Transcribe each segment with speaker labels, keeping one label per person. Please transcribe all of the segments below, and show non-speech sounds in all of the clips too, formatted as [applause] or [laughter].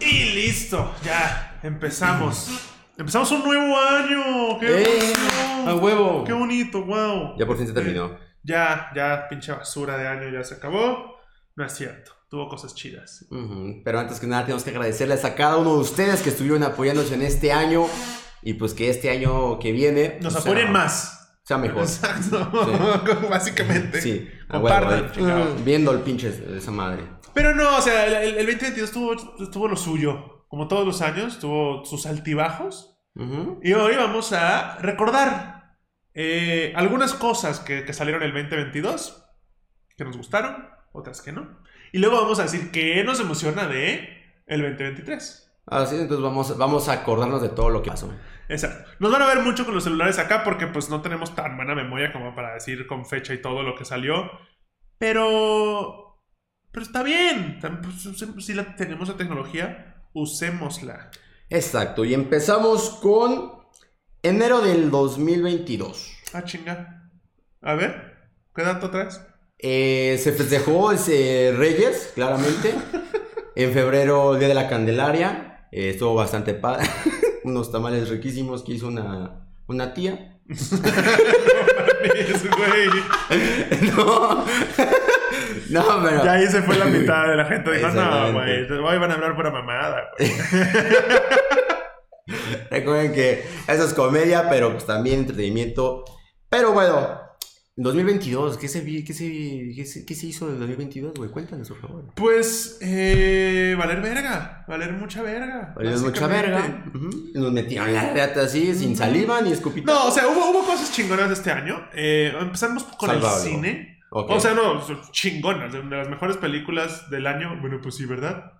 Speaker 1: Y listo, ya empezamos. Empezamos un nuevo año. ¡Qué
Speaker 2: ¡Eh!
Speaker 1: emoción!
Speaker 2: ¡A huevo! Eh.
Speaker 1: ¡Qué bonito! ¡Wow!
Speaker 2: Ya por fin se terminó.
Speaker 1: Ya, ya, pinche basura de año ya se acabó. No es cierto. Tuvo cosas chidas.
Speaker 2: Ujú, Pero antes que nada tenemos que agradecerles a cada uno de ustedes que estuvieron apoyándonos en este año y pues que este año que viene
Speaker 1: Nos
Speaker 2: o sea,
Speaker 1: apoyen más.
Speaker 2: Sea mejor.
Speaker 1: Exacto.
Speaker 2: Sí.
Speaker 1: [laughs] Básicamente.
Speaker 2: Sí, a huevo,
Speaker 1: Compartan,
Speaker 2: eh.
Speaker 1: chingados.
Speaker 2: Viendo el pinche de esa madre.
Speaker 1: Pero no, o sea, el, el 2022 tuvo, tuvo lo suyo. Como todos los años, tuvo sus altibajos.
Speaker 2: Ujú.
Speaker 1: Y hoy vamos a recordar eh, algunas cosas que, que salieron el 2022, que nos gustaron, otras que no. Y luego vamos a decir qué nos emociona de el 2023.
Speaker 2: Así es, entonces vamos, vamos a acordarnos de todo lo que pasó.
Speaker 1: Exacto. Nos van a ver mucho con los celulares acá porque pues no tenemos tan buena memoria como para decir con fecha y todo lo que salió. Pero... Pero está bien. Tam- pues, Si si la, tenemos la tecnología, usémosla.
Speaker 2: Exacto, y empezamos con enero del 2022.
Speaker 1: Ah, chinga. A ver, ¿qué dato traes? [laughs]
Speaker 2: Eh, se festejó ese Reyes,
Speaker 1: [laughs]
Speaker 2: claramente. En febrero, el Día de la Candelaria. Eh, estuvo bastante padre. [laughs] Unos tamales riquísimos que hizo una, una tía. [laughs]
Speaker 1: güey.
Speaker 2: no. [laughs] no, pero.
Speaker 1: Ya ahí se fue la mitad de la gente. Dijo, no,
Speaker 2: Exactamente.
Speaker 1: güey, hoy van a hablar pura mamada. güey".
Speaker 2: Recuerden que eso es comedia, pero pues también entretenimiento. Pero bueno, 2022, ¿qué se, vi- qué se, qué se, qué se hizo en 2022, güey? Cuéntanos, por favor.
Speaker 1: Pues, eh, valer verga, valer mucha verga.
Speaker 2: Valió mucha
Speaker 1: básicamente.
Speaker 2: verga. eh, Ujú. Nos metieron la reata así, sin saliva ni escupita.
Speaker 1: No, o sea, hubo, hubo cosas chingonas este año. Eh, empezamos con
Speaker 2: Salvable.
Speaker 1: el cine.
Speaker 2: Ok.
Speaker 1: O sea, no, son chingonas, de las mejores películas del año. Bueno, pues sí, ¿verdad?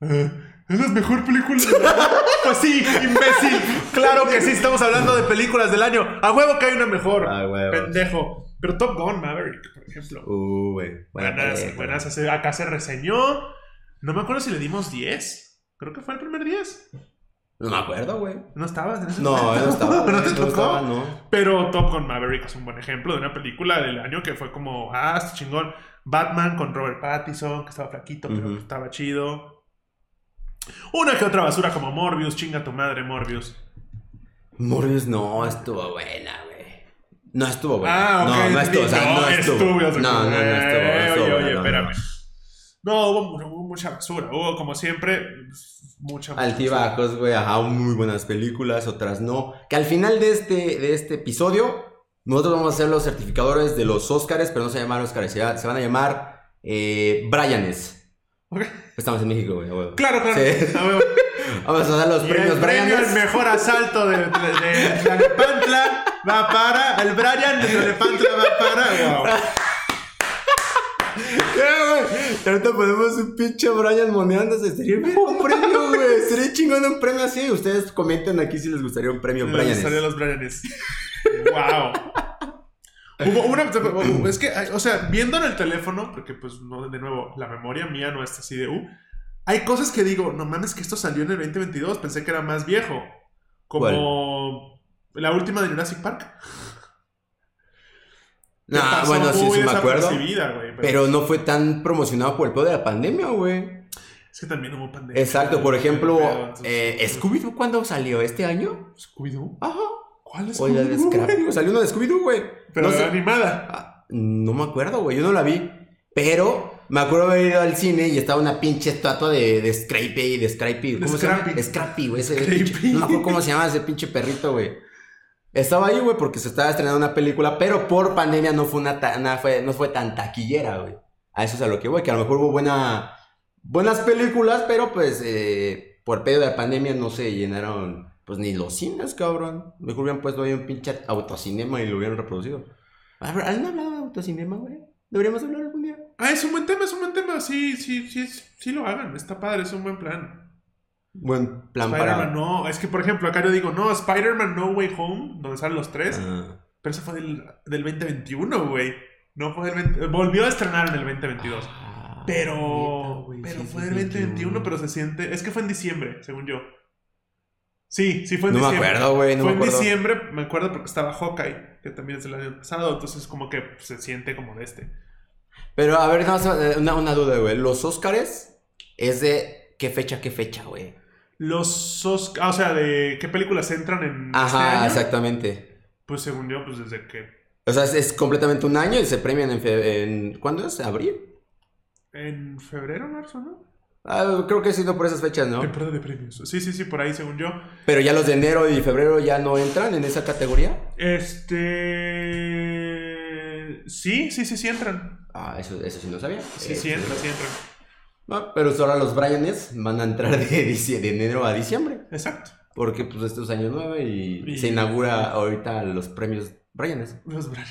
Speaker 1: Eh, es la mejor película del
Speaker 2: [laughs]
Speaker 1: año. Pues sí, imbécil. Claro que sí, estamos hablando de películas del año. A huevo que hay una mejor.
Speaker 2: Ah, güey.
Speaker 1: Pendejo. Pero Top Gun Maverick, por ejemplo.
Speaker 2: Uh, güey. Buena
Speaker 1: Buenas,
Speaker 2: pelea,
Speaker 1: buenas. hace- Acá se reseñó. No me acuerdo si le dimos 10. Creo que fue el primer 10.
Speaker 2: No me acuerdo, güey.
Speaker 1: No estabas en ese
Speaker 2: No,
Speaker 1: momento. [laughs]
Speaker 2: no estaba.
Speaker 1: ¿No te tocó?
Speaker 2: estaba, no.
Speaker 1: Pero Top Gun Maverick es un buen ejemplo de una película del año que fue como, ah, está chingón. Batman con Robert Pattinson, que estaba flaquito, pero
Speaker 2: Ujú.
Speaker 1: estaba chido. Una que otra basura como Morbius, chinga tu madre, Morbius.
Speaker 2: Morbius no estuvo buena, güey. No estuvo
Speaker 1: Ah,
Speaker 2: buena.
Speaker 1: ok.
Speaker 2: No, no estuvo. O sea, no estuvo.
Speaker 1: estúpido, o sea,
Speaker 2: no, no, no estuvo. no
Speaker 1: eh,
Speaker 2: estuvo
Speaker 1: Oye,
Speaker 2: buena,
Speaker 1: oye,
Speaker 2: no, no.
Speaker 1: espérame. No, hubo, mu- hubo mucha basura. Hubo, como siempre, mucha basura.
Speaker 2: Altibajos, güey. Ajá, muy buenas películas, otras no. Que al final de este, de este episodio, nosotros vamos a ser los certificadores de los Óscares, pero no se llaman Óscares, se se van a llamar eh, Brianes.
Speaker 1: Ok.
Speaker 2: Estamos en México, güey. a huevo.
Speaker 1: Claro, claro.
Speaker 2: Sí.
Speaker 1: A huevo.
Speaker 2: Vamos a dar los
Speaker 1: Y
Speaker 2: premios
Speaker 1: el premio al
Speaker 2: Brianes.
Speaker 1: mejor asalto de, de, de Tlalnepantla va para. El Brian de Tlalnepantla va para. Wow.
Speaker 2: Ya, güey. Y ahorita ponemos un pinche Brian moneándose. Sería bien [laughs] un premio, güey. Sería chingón un premio así. Ustedes comenten aquí si les gustaría un premio
Speaker 1: Les
Speaker 2: Brian.
Speaker 1: gustaría los Brianes. wow.
Speaker 2: [laughs]
Speaker 1: Hubo una. Es que, o sea, viendo en el teléfono, porque, pues, no, de nuevo, la memoria mía no está así de. Uh, hay cosas que digo, no mames, que esto salió en el 2022. Pensé que era más viejo. Como. La última de Jurassic Park. que
Speaker 2: Nah,
Speaker 1: pasó
Speaker 2: Ah, bueno, sí,
Speaker 1: muy
Speaker 2: sí me acuerdo.
Speaker 1: desapercibida, güey, pero,
Speaker 2: Pero no fue tan promocionado por el pedo de la pandemia, güey.
Speaker 1: es que también hubo pandemia.
Speaker 2: Exacto, por ejemplo,
Speaker 1: Pero, entonces,
Speaker 2: eh, ¿Scooby-Doo cuándo salió? ¿Este año?
Speaker 1: ¿Scooby-Doo?
Speaker 2: Ajá.
Speaker 1: ¿Cuál es
Speaker 2: O la de Scrappy. Salió una de Scooby-Doo, güey.
Speaker 1: Pero
Speaker 2: no, sé.
Speaker 1: animada.
Speaker 2: Ah, no me acuerdo, güey. Yo no la vi. Pero me acuerdo haber ido al cine y estaba una pinche estatua de, de Scrappy y de Scrappy. ¿Cómo se llama?
Speaker 1: Scrappy.
Speaker 2: Scrappy, güey. ese
Speaker 1: Scrappy.
Speaker 2: pinche- no me acuerdo cómo se llama ese pinche perrito, güey. Estaba ahí, güey, porque se estaba estrenando una película, pero por pandemia no fue una, ta- na- fue, no fue tan taquillera, güey. A eso es a lo que voy, que a lo mejor hubo buena, buenas películas, pero pues eh, por pedo de la pandemia no se llenaron pues ni los cines, cabrón. Mejor hubieran puesto ahí un pinche autocinema y lo hubieran reproducido. ¿Habr- ¿Alguien ha hablado de autocinema, güey? Deberíamos hablar algún día.
Speaker 1: Ah, es un buen tema, es un buen tema. Sí, sí, sí, sí lo hagan. Está padre, es un buen plan.
Speaker 2: Buen plan para...
Speaker 1: Spider-Man no. Es que, por ejemplo, acá yo digo, no, Spider-Man No Way Home, donde salen los tres.
Speaker 2: Ah,
Speaker 1: Pero eso fue del, del 2021, güey. No fue del 20 Volvió a estrenar en el 2022.
Speaker 2: ah, neta,
Speaker 1: Pero.
Speaker 2: güey,
Speaker 1: pero
Speaker 2: sí,
Speaker 1: fue
Speaker 2: sí,
Speaker 1: del
Speaker 2: sí,
Speaker 1: 2021, pero se siente. Es que fue en diciembre, según yo. Sí, sí fue en
Speaker 2: No me
Speaker 1: diciembre.
Speaker 2: acuerdo, güey, no
Speaker 1: fue
Speaker 2: me
Speaker 1: en
Speaker 2: acuerdo.
Speaker 1: diciembre, me acuerdo porque estaba Hawkeye, que también es el año pasado, entonces como que se siente como de este.
Speaker 2: Pero a ver, nada más, eh, una, una duda, güey. Los Óscares es de de qué fecha, qué fecha, güey.
Speaker 1: ¿Este Los Oscar, ah, o sea, de qué películas entran en este
Speaker 2: Ajá,
Speaker 1: año.
Speaker 2: exactamente.
Speaker 1: Pues según yo, pues desde que
Speaker 2: O sea, es, es completamente un año y se premian en, fe- en- ¿Cuándo es? ¿Abril?
Speaker 1: en febrero, marzo, ¿no?
Speaker 2: Ah, creo que ha sido por esas fechas, ¿no?
Speaker 1: Temporada de premios. Sí, sí, sí, por ahí, según yo.
Speaker 2: Pero ya los de enero y febrero ya no entran en esa categoría.
Speaker 1: Este. Sí, sí, sí, sí entran.
Speaker 2: Ah, eso, eso sí no sabía.
Speaker 1: Sí,
Speaker 2: Eh,
Speaker 1: sí entran, sí entran.
Speaker 2: Ah, pero ahora los Bryanes van a entrar de, [laughs] dicie- de enero a diciembre.
Speaker 1: Exacto.
Speaker 2: Porque pues esto es año nuevo y,
Speaker 1: Y-
Speaker 2: se inaugura ahorita los premios Bryanes.
Speaker 1: Los Bryan.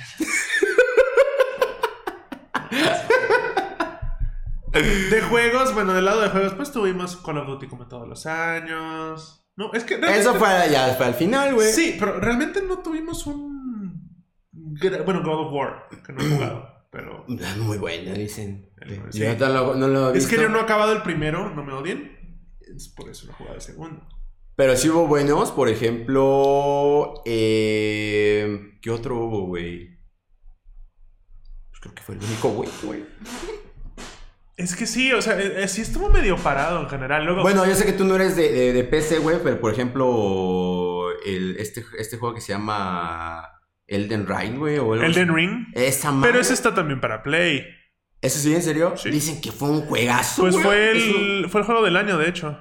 Speaker 1: De juegos, bueno, del lado de juegos, pues tuvimos Call of Duty como todos los años. No, es que. realmente- [laughs]
Speaker 2: Eso fue ya fue al final, güey.
Speaker 1: Sí, pero realmente no tuvimos un. gra- Bueno, God of War, que no he jugado, pero.
Speaker 2: Ah, Muy bueno, dicen.
Speaker 1: El-
Speaker 2: Yo
Speaker 1: sí.
Speaker 2: no lo, [clears throat] no lo he
Speaker 1: Es que
Speaker 2: visto.
Speaker 1: yo no he acabado el primero, no me odien. Es por eso no he jugado el segundo.
Speaker 2: Pero sí hubo buenos, por ejemplo. eh, ¿Qué otro hubo, güey? Pues creo que fue el único, güey, güey.
Speaker 1: Es que sí, o sea, eh, eh, sí estuvo medio parado en general. Luego,
Speaker 2: Bueno, yo sé que tú no eres de, de- de PC, güey, pero por ejemplo, el, este, este juego que se llama Elden Ring, güey. o algo
Speaker 1: Elden
Speaker 2: así.
Speaker 1: Ring.
Speaker 2: Esa madre.
Speaker 1: Pero ese está también para Play.
Speaker 2: ¿Eso sí, en serio?
Speaker 1: Sí.
Speaker 2: Dicen que fue un juegazo,
Speaker 1: Pues
Speaker 2: güey.
Speaker 1: fue
Speaker 2: Eso-
Speaker 1: el, fue el juego del año, de hecho.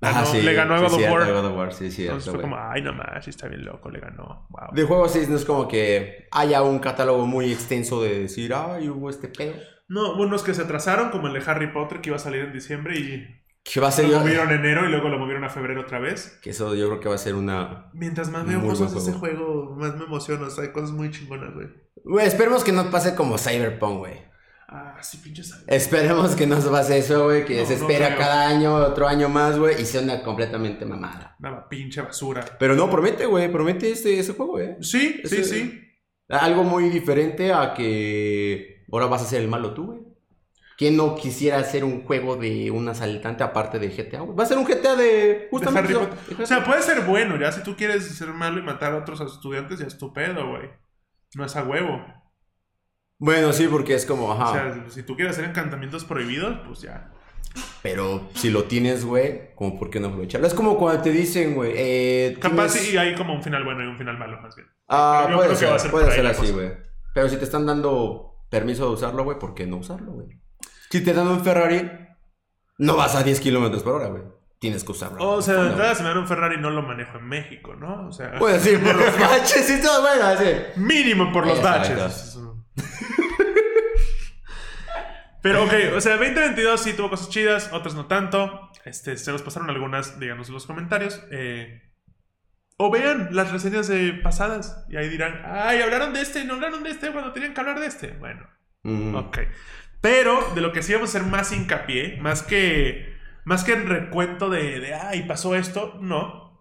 Speaker 2: Ah,
Speaker 1: ganó-
Speaker 2: sí,
Speaker 1: le ganó a
Speaker 2: sí,
Speaker 1: God of
Speaker 2: cierto,
Speaker 1: War.
Speaker 2: a God of War, sí, cierto,
Speaker 1: Entonces fue
Speaker 2: güey.
Speaker 1: como, ay, no más, sí está bien loco, le ganó. Wow.
Speaker 2: De juegos sí, no es como que haya un catálogo muy extenso de decir, ay, hubo este pedo.
Speaker 1: No, unos que se atrasaron, como el de Harry Potter, que iba a salir en diciembre y
Speaker 2: Que va a ser
Speaker 1: lo
Speaker 2: yo.
Speaker 1: movieron a enero y luego lo movieron a febrero otra vez.
Speaker 2: Que eso yo creo que va a ser una.
Speaker 1: Mientras más veo
Speaker 2: Muy
Speaker 1: cosas de
Speaker 2: buen
Speaker 1: ese juego, más me emociono. O sea, hay cosas muy chingonas, güey.
Speaker 2: Güey, esperemos que no pase como Cyberpunk, güey.
Speaker 1: Ah, sí, pinche sal-
Speaker 2: Eh. Esperemos que no se pase eso, güey, que
Speaker 1: No,
Speaker 2: se
Speaker 1: no
Speaker 2: espera
Speaker 1: creo.
Speaker 2: cada año, otro año más, güey, y sea una completamente mamada.
Speaker 1: Una pinche basura.
Speaker 2: Pero no, promete, güey, promete este, ese juego, güey.
Speaker 1: Sí, sí,
Speaker 2: Ese-
Speaker 1: sí.
Speaker 2: Algo muy diferente a que ahora vas a ser el malo tú, güey. ¿Quién no quisiera hacer un juego de un asaltante aparte de GTA? güey? Va a ser un GTA de justamente.
Speaker 1: Harry
Speaker 2: eso.
Speaker 1: O sea, puede ser bueno, ya si tú quieres ser malo y matar a otros estudiantes, ya es tu pedo, güey. No es a huevo.
Speaker 2: bueno, sí, porque es como, ajá.
Speaker 1: O sea, si tú quieres hacer encantamientos prohibidos, pues ya.
Speaker 2: pero si lo tienes, güey, como por qué no aprovecharlo. Es como cuando te dicen, güey, eh,
Speaker 1: Capaz
Speaker 2: tienes-
Speaker 1: y hay como un final bueno y un final malo, más bien.
Speaker 2: Ah,
Speaker 1: Yo
Speaker 2: puede
Speaker 1: creo que va a
Speaker 2: ser,
Speaker 1: ser pues.
Speaker 2: puede
Speaker 1: por ahí
Speaker 2: ser
Speaker 1: la
Speaker 2: así,
Speaker 1: cosa.
Speaker 2: güey. Pero si te están dando permiso de usarlo, güey, ¿por qué no usarlo, güey? Si te dan un Ferrari, no vas a 10 kilómetros por hora, güey. Tienes que usarlo.
Speaker 1: O sea, de
Speaker 2: Bueno,
Speaker 1: entrada se me da un Ferrari y no lo manejo en México, ¿no? O sea,
Speaker 2: Puedes ir
Speaker 1: [laughs]
Speaker 2: por los baches y todo, bueno, así.
Speaker 1: mínimo por los
Speaker 2: Exacto.
Speaker 1: baches. Pero ok, o sea, 2022 sí tuvo cosas chidas, otras no tanto. Este, se nos pasaron algunas, díganos en los comentarios. Eh, o vean las reseñas de pasadas y ahí dirán, ay, hablaron de este y no hablaron de este cuando tenían que hablar de este. Bueno,
Speaker 2: Mm,
Speaker 1: Ok. Pero de lo que sí vamos a hacer más hincapié, más que más que en recuento de, de ay, pasó esto, no.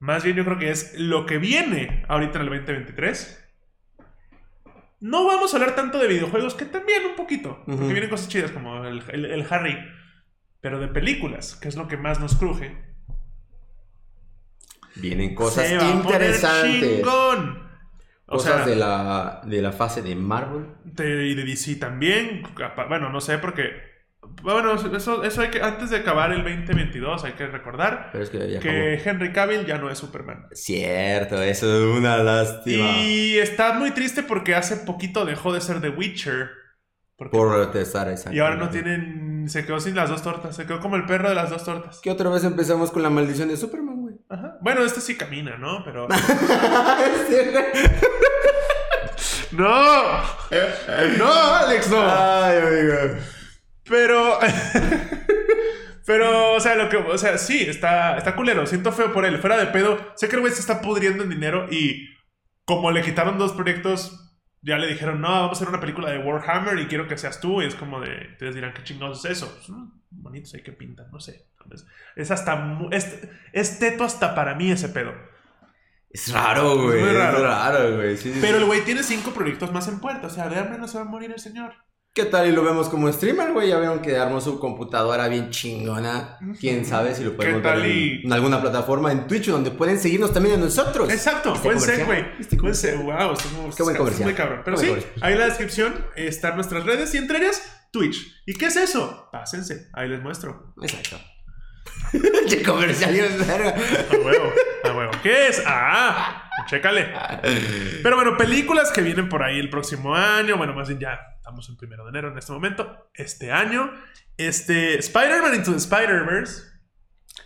Speaker 1: Más bien yo creo que es lo que viene ahorita en el 2023. No vamos a hablar tanto de videojuegos, que también un poquito, porque
Speaker 2: Ujú.
Speaker 1: vienen cosas chidas como el, el- el Harry, pero de películas, que es lo que más nos cruje.
Speaker 2: Vienen cosas
Speaker 1: Se va a poner
Speaker 2: interesantes.
Speaker 1: chingón. O
Speaker 2: Cosas
Speaker 1: sea,
Speaker 2: de, la, de la fase de Marvel.
Speaker 1: de, y de DC también. capa- Bueno, no sé, porque. Bueno, eso, eso hay que. Antes de acabar el 2022, hay que recordar
Speaker 2: Pero es que ya acabó.
Speaker 1: que Henry Cavill ya no es Superman.
Speaker 2: Cierto, eso es una lástima.
Speaker 1: Y está muy triste porque hace poquito dejó de ser The Witcher. Porque-
Speaker 2: Por protestar, exacto.
Speaker 1: y ahora no tienen. Se quedó sin las dos tortas. Se quedó como el perro de las dos tortas.
Speaker 2: Que otra vez empezamos con la maldición de Superman, güey. [laughs]
Speaker 1: Ajá. Bueno, este sí camina, ¿no? Pero. ¡No! [laughs] ¡No, Alex, no!
Speaker 2: Ay, amigo.
Speaker 1: Pero. [laughs] Pero, o sea, lo que. O sea, sí, está, está culero. Siento feo por él. Fuera de pedo. Sé que el güey se está pudriendo en dinero y. Como le quitaron dos proyectos. Ya le dijeron, no, vamos a hacer una película de Warhammer y quiero que seas tú. Y es como de. Ustedes dirán, ¿qué chingados es eso? Pues, mm, bonitos, hay que pintar, no sé. Entonces, es hasta. mu- Es, es teto hasta para mí ese pedo.
Speaker 2: Es raro, güey.
Speaker 1: muy
Speaker 2: Es
Speaker 1: raro.
Speaker 2: raro, güey. sí, sí,
Speaker 1: Pero
Speaker 2: sí.
Speaker 1: el güey tiene cinco proyectos más en puerta. O sea, de hambre no se va a morir el señor.
Speaker 2: ¿Qué tal? Y lo vemos como streamer, güey. Ya vieron que armó su computadora bien chingona. Quién sabe si lo podemos
Speaker 1: tal
Speaker 2: ver en-
Speaker 1: y-
Speaker 2: en alguna plataforma en Twitch donde pueden seguirnos también a nosotros.
Speaker 1: Exacto,
Speaker 2: Este
Speaker 1: buen
Speaker 2: comercial,
Speaker 1: segue.
Speaker 2: este
Speaker 1: Buen
Speaker 2: comercial.
Speaker 1: segue, wow, estuvo-
Speaker 2: Qué buen
Speaker 1: estuvo
Speaker 2: comercial.
Speaker 1: muy cabrón. Pero
Speaker 2: Qué
Speaker 1: sí,
Speaker 2: buen comercial.
Speaker 1: ahí en la descripción están nuestras redes y entre ellas Twitch. ¿Y qué es eso? Pásense, ahí les muestro.
Speaker 2: Exacto. [laughs] Che comercial y es verga.
Speaker 1: A huevo, a huevo. ¿Qué es? Ah, chécale. Pero bueno, películas que vienen por ahí el próximo año. Bueno, más bien ya estamos en primero de enero en este momento. Este año. Este Spider-Man Into the Spider-Verse.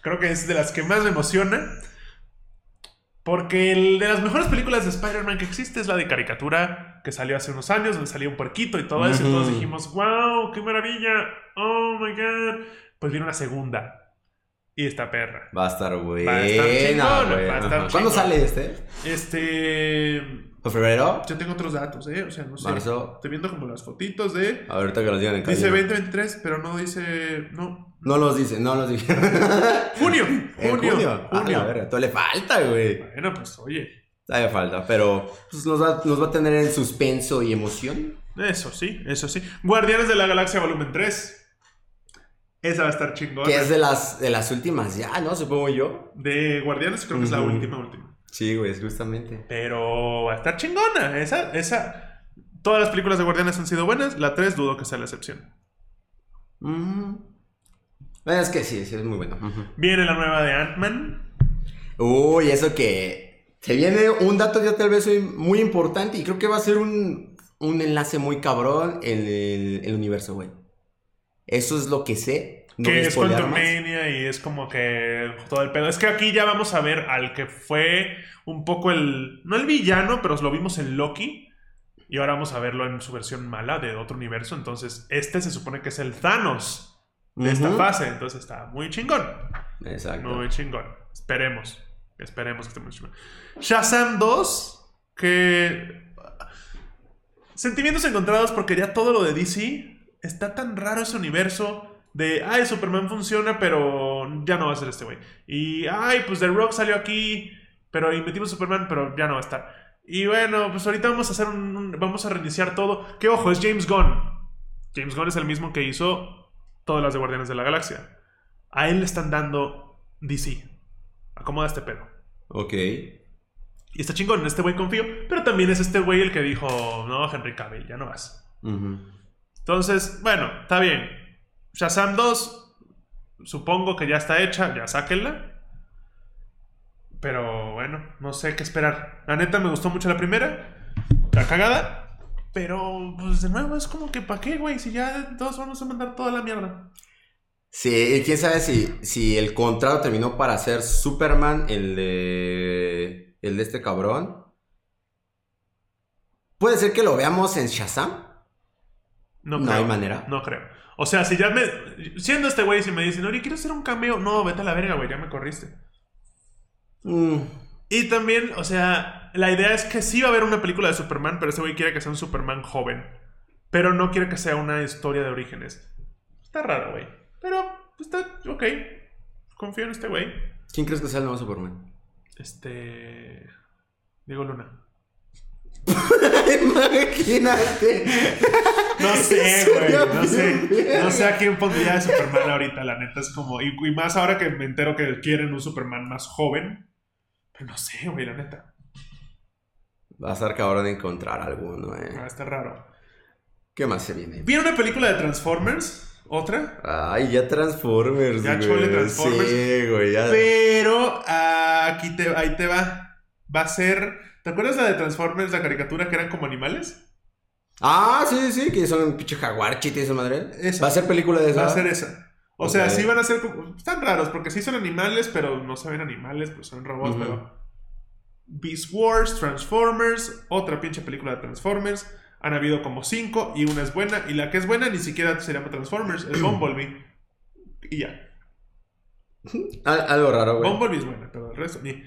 Speaker 1: Creo que es de las que más me emociona. Porque el de las mejores películas de Spider-Man que existe es la de caricatura que salió hace unos años, donde salía un puerquito y todo eso. Y
Speaker 2: Ujú.
Speaker 1: todos dijimos, wow, qué maravilla. Oh my god. Pues viene una segunda. Y esta perra.
Speaker 2: Va a estar buena,
Speaker 1: Va a estar chingón,
Speaker 2: güey.
Speaker 1: va a estar
Speaker 2: Ajá. ¿Cuándo
Speaker 1: chingón.
Speaker 2: sale este?
Speaker 1: Este.
Speaker 2: ¿O febrero?
Speaker 1: Yo tengo otros datos, ¿eh? O sea, no sé.
Speaker 2: Marzo.
Speaker 1: Estoy viendo como las fotitos de.
Speaker 2: Ahorita que los digan en casa.
Speaker 1: Dice 2023, pero no dice. No.
Speaker 2: No los dice, [laughs] no los dije.
Speaker 1: Junio.
Speaker 2: En
Speaker 1: Junio.
Speaker 2: junio. Ah, la verga, Todo le falta, güey.
Speaker 1: Bueno, pues oye.
Speaker 2: Todavía falta, pero pues, nos, va, nos va a tener en suspenso y emoción.
Speaker 1: Eso sí, eso sí. Guardianes de la Galaxia Volumen 3. Esa va a estar chingona.
Speaker 2: Que es de las, de las últimas ya, ¿no? Supongo yo.
Speaker 1: De Guardianes creo que es la
Speaker 2: Ujú.
Speaker 1: última, última.
Speaker 2: Sí, güey, es justamente.
Speaker 1: Pero va a estar chingona. Esa, esa. Todas las películas de Guardianes han sido buenas. La 3 dudo que sea la excepción.
Speaker 2: Mm. Bueno, es que sí, sí, es muy bueno. Ujú.
Speaker 1: Viene la nueva de Ant-Man.
Speaker 2: Uy, eso que se viene un dato ya tal vez muy importante y creo que va a ser un, un enlace muy cabrón en el, el universo, güey. Eso es lo que sé. No
Speaker 1: que
Speaker 2: voy a
Speaker 1: es
Speaker 2: spoilear más.
Speaker 1: Quantumania y es como que todo el pedo. Es que aquí ya vamos a ver al que fue un poco el. No el villano, pero lo vimos en Loki. Y ahora vamos a verlo en su versión mala de otro universo. Entonces, este se supone que es el Thanos de esta
Speaker 2: Ujú.
Speaker 1: fase. Entonces está muy chingón.
Speaker 2: Exacto.
Speaker 1: Muy chingón. Esperemos. Esperemos que esté muy chingón. Shazam 2, que. ah, Sentimientos encontrados porque ya todo lo de DC está tan raro ese universo. De, ay, Superman funciona, pero ya no va a ser este güey. Y, ay, pues The Rock salió aquí, pero y metimos Superman, pero ya no va a estar. Y bueno, pues ahorita vamos a hacer un, un- Vamos a reiniciar todo. Que ojo, es James Gunn. James Gunn es el mismo que hizo todas las de Guardianes de la Galaxia. A él le están dando DC. Acomoda este pedo.
Speaker 2: Ok.
Speaker 1: Y está chingón, en este güey confío. Pero también es este güey el que dijo, no, Henry Cavill, ya no vas.
Speaker 2: Ujú.
Speaker 1: Entonces, bueno, está bien. Shazam 2, supongo que ya está hecha, ya sáquenla. Pero bueno, no sé qué esperar. La neta me gustó mucho la primera, la cagada. Pero, pues de nuevo, es como que, ¿para qué, güey? Si ya todos vamos a mandar toda la mierda.
Speaker 2: Sí, y quién sabe si, si el contrato terminó para ser Superman, el de. el de este cabrón. Puede ser que lo veamos en Shazam.
Speaker 1: No,
Speaker 2: No
Speaker 1: creo.
Speaker 2: hay manera.
Speaker 1: No creo. O sea, si ya me. Siendo este güey, si me dicen, oye, quiero hacer un cameo. No, vete a la verga, güey, ya me corriste.
Speaker 2: Mm,
Speaker 1: Y también, o sea, la idea es que sí va a haber una película de Superman, pero este güey quiere que sea un Superman joven. Pero no quiere que sea una historia de orígenes. Está raro, güey. Pero está ok. Confío en este güey.
Speaker 2: ¿Quién crees que sea el nuevo Superman?
Speaker 1: Este. Diego Luna.
Speaker 2: Imagínate.
Speaker 1: No
Speaker 2: [laughs]
Speaker 1: sé,
Speaker 2: Eso ya
Speaker 1: güey. No sé.
Speaker 2: bien.
Speaker 1: No sé a quién pondría de Superman ahorita, la neta. Es como. Y, y más ahora que me entero que quieren un Superman más joven. Pero no sé, güey, la neta.
Speaker 2: Va a estar cabrón encontrar alguno,
Speaker 1: Ah,
Speaker 2: eh.
Speaker 1: Está raro.
Speaker 2: ¿Qué más se viene?
Speaker 1: ¿Vieron una película de Transformers? ¿Otra?
Speaker 2: Ay, ya Transformers,
Speaker 1: Ya
Speaker 2: güey.
Speaker 1: chole Transformers.
Speaker 2: Sí, güey, ya.
Speaker 1: Pero ah, aquí te, ahí te va. Va a ser. ¿Te acuerdas la de Transformers, la caricatura que eran como animales?
Speaker 2: Ah, sí, sí, sí, que son un pinche jaguar, chiste y su madre.
Speaker 1: Eso.
Speaker 2: Va a ser película de esa.
Speaker 1: Va a ser esa. O
Speaker 2: Ok.
Speaker 1: sea, sí van a ser. como- Están raros, porque sí son animales, pero no se ven animales, pues son robots,
Speaker 2: Ujú.
Speaker 1: pero. Beast Wars, Transformers, otra pinche película de Transformers. Han habido como cinco y una es buena. Y la que es buena ni siquiera se llama Transformers,
Speaker 2: [clears throat]
Speaker 1: es Bumblebee. Y ya.
Speaker 2: Al- algo raro, güey.
Speaker 1: Bumblebee es buena, pero el resto ni.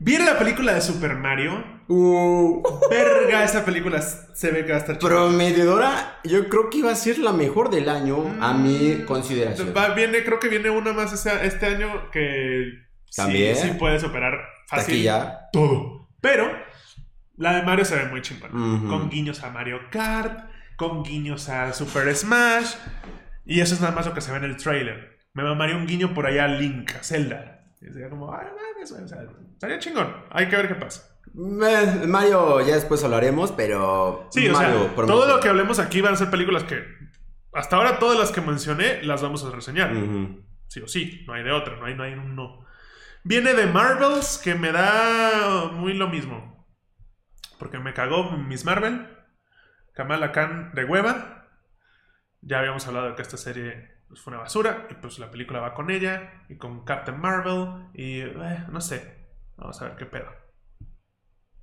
Speaker 1: Viene la película de Super Mario.
Speaker 2: Uh,
Speaker 1: Verga, esa película se ve que va a estar chida.
Speaker 2: prometedora, yo creo que iba a ser la mejor del año, a mi
Speaker 1: Mm,
Speaker 2: consideración.
Speaker 1: Va- viene, creo que viene una más ese- este año que sí-
Speaker 2: También.
Speaker 1: sí, puede superar fácil
Speaker 2: Taquilla.
Speaker 1: todo. Pero la de Mario se ve muy chingona.
Speaker 2: Ujú.
Speaker 1: Con guiños a Mario Kart, con guiños a Super Smash. Y eso es nada más lo que se ve en el trailer. Me mamaría un guiño por allá a Link, a Zelda. Y sería como, ah, no mames, o sea, estaría chingón. Hay que ver qué pasa.
Speaker 2: Eh, Mario, ya después hablaremos, pero.
Speaker 1: Sí, o
Speaker 2: Mario,
Speaker 1: sea,
Speaker 2: promete.
Speaker 1: todo lo que hablemos aquí van a ser películas que hasta ahora todas las que mencioné las vamos a reseñar.
Speaker 2: Ujú.
Speaker 1: Sí o sí, no hay de otra, no hay, no hay un no. Viene de Marvels, que me da muy lo mismo. Porque me cagó Miss Marvel, Kamala Khan de hueva. Ya habíamos hablado de que esta serie pues, fue una basura, y pues la película va con ella, y con Captain Marvel, y eh, no sé. Vamos a ver qué pedo.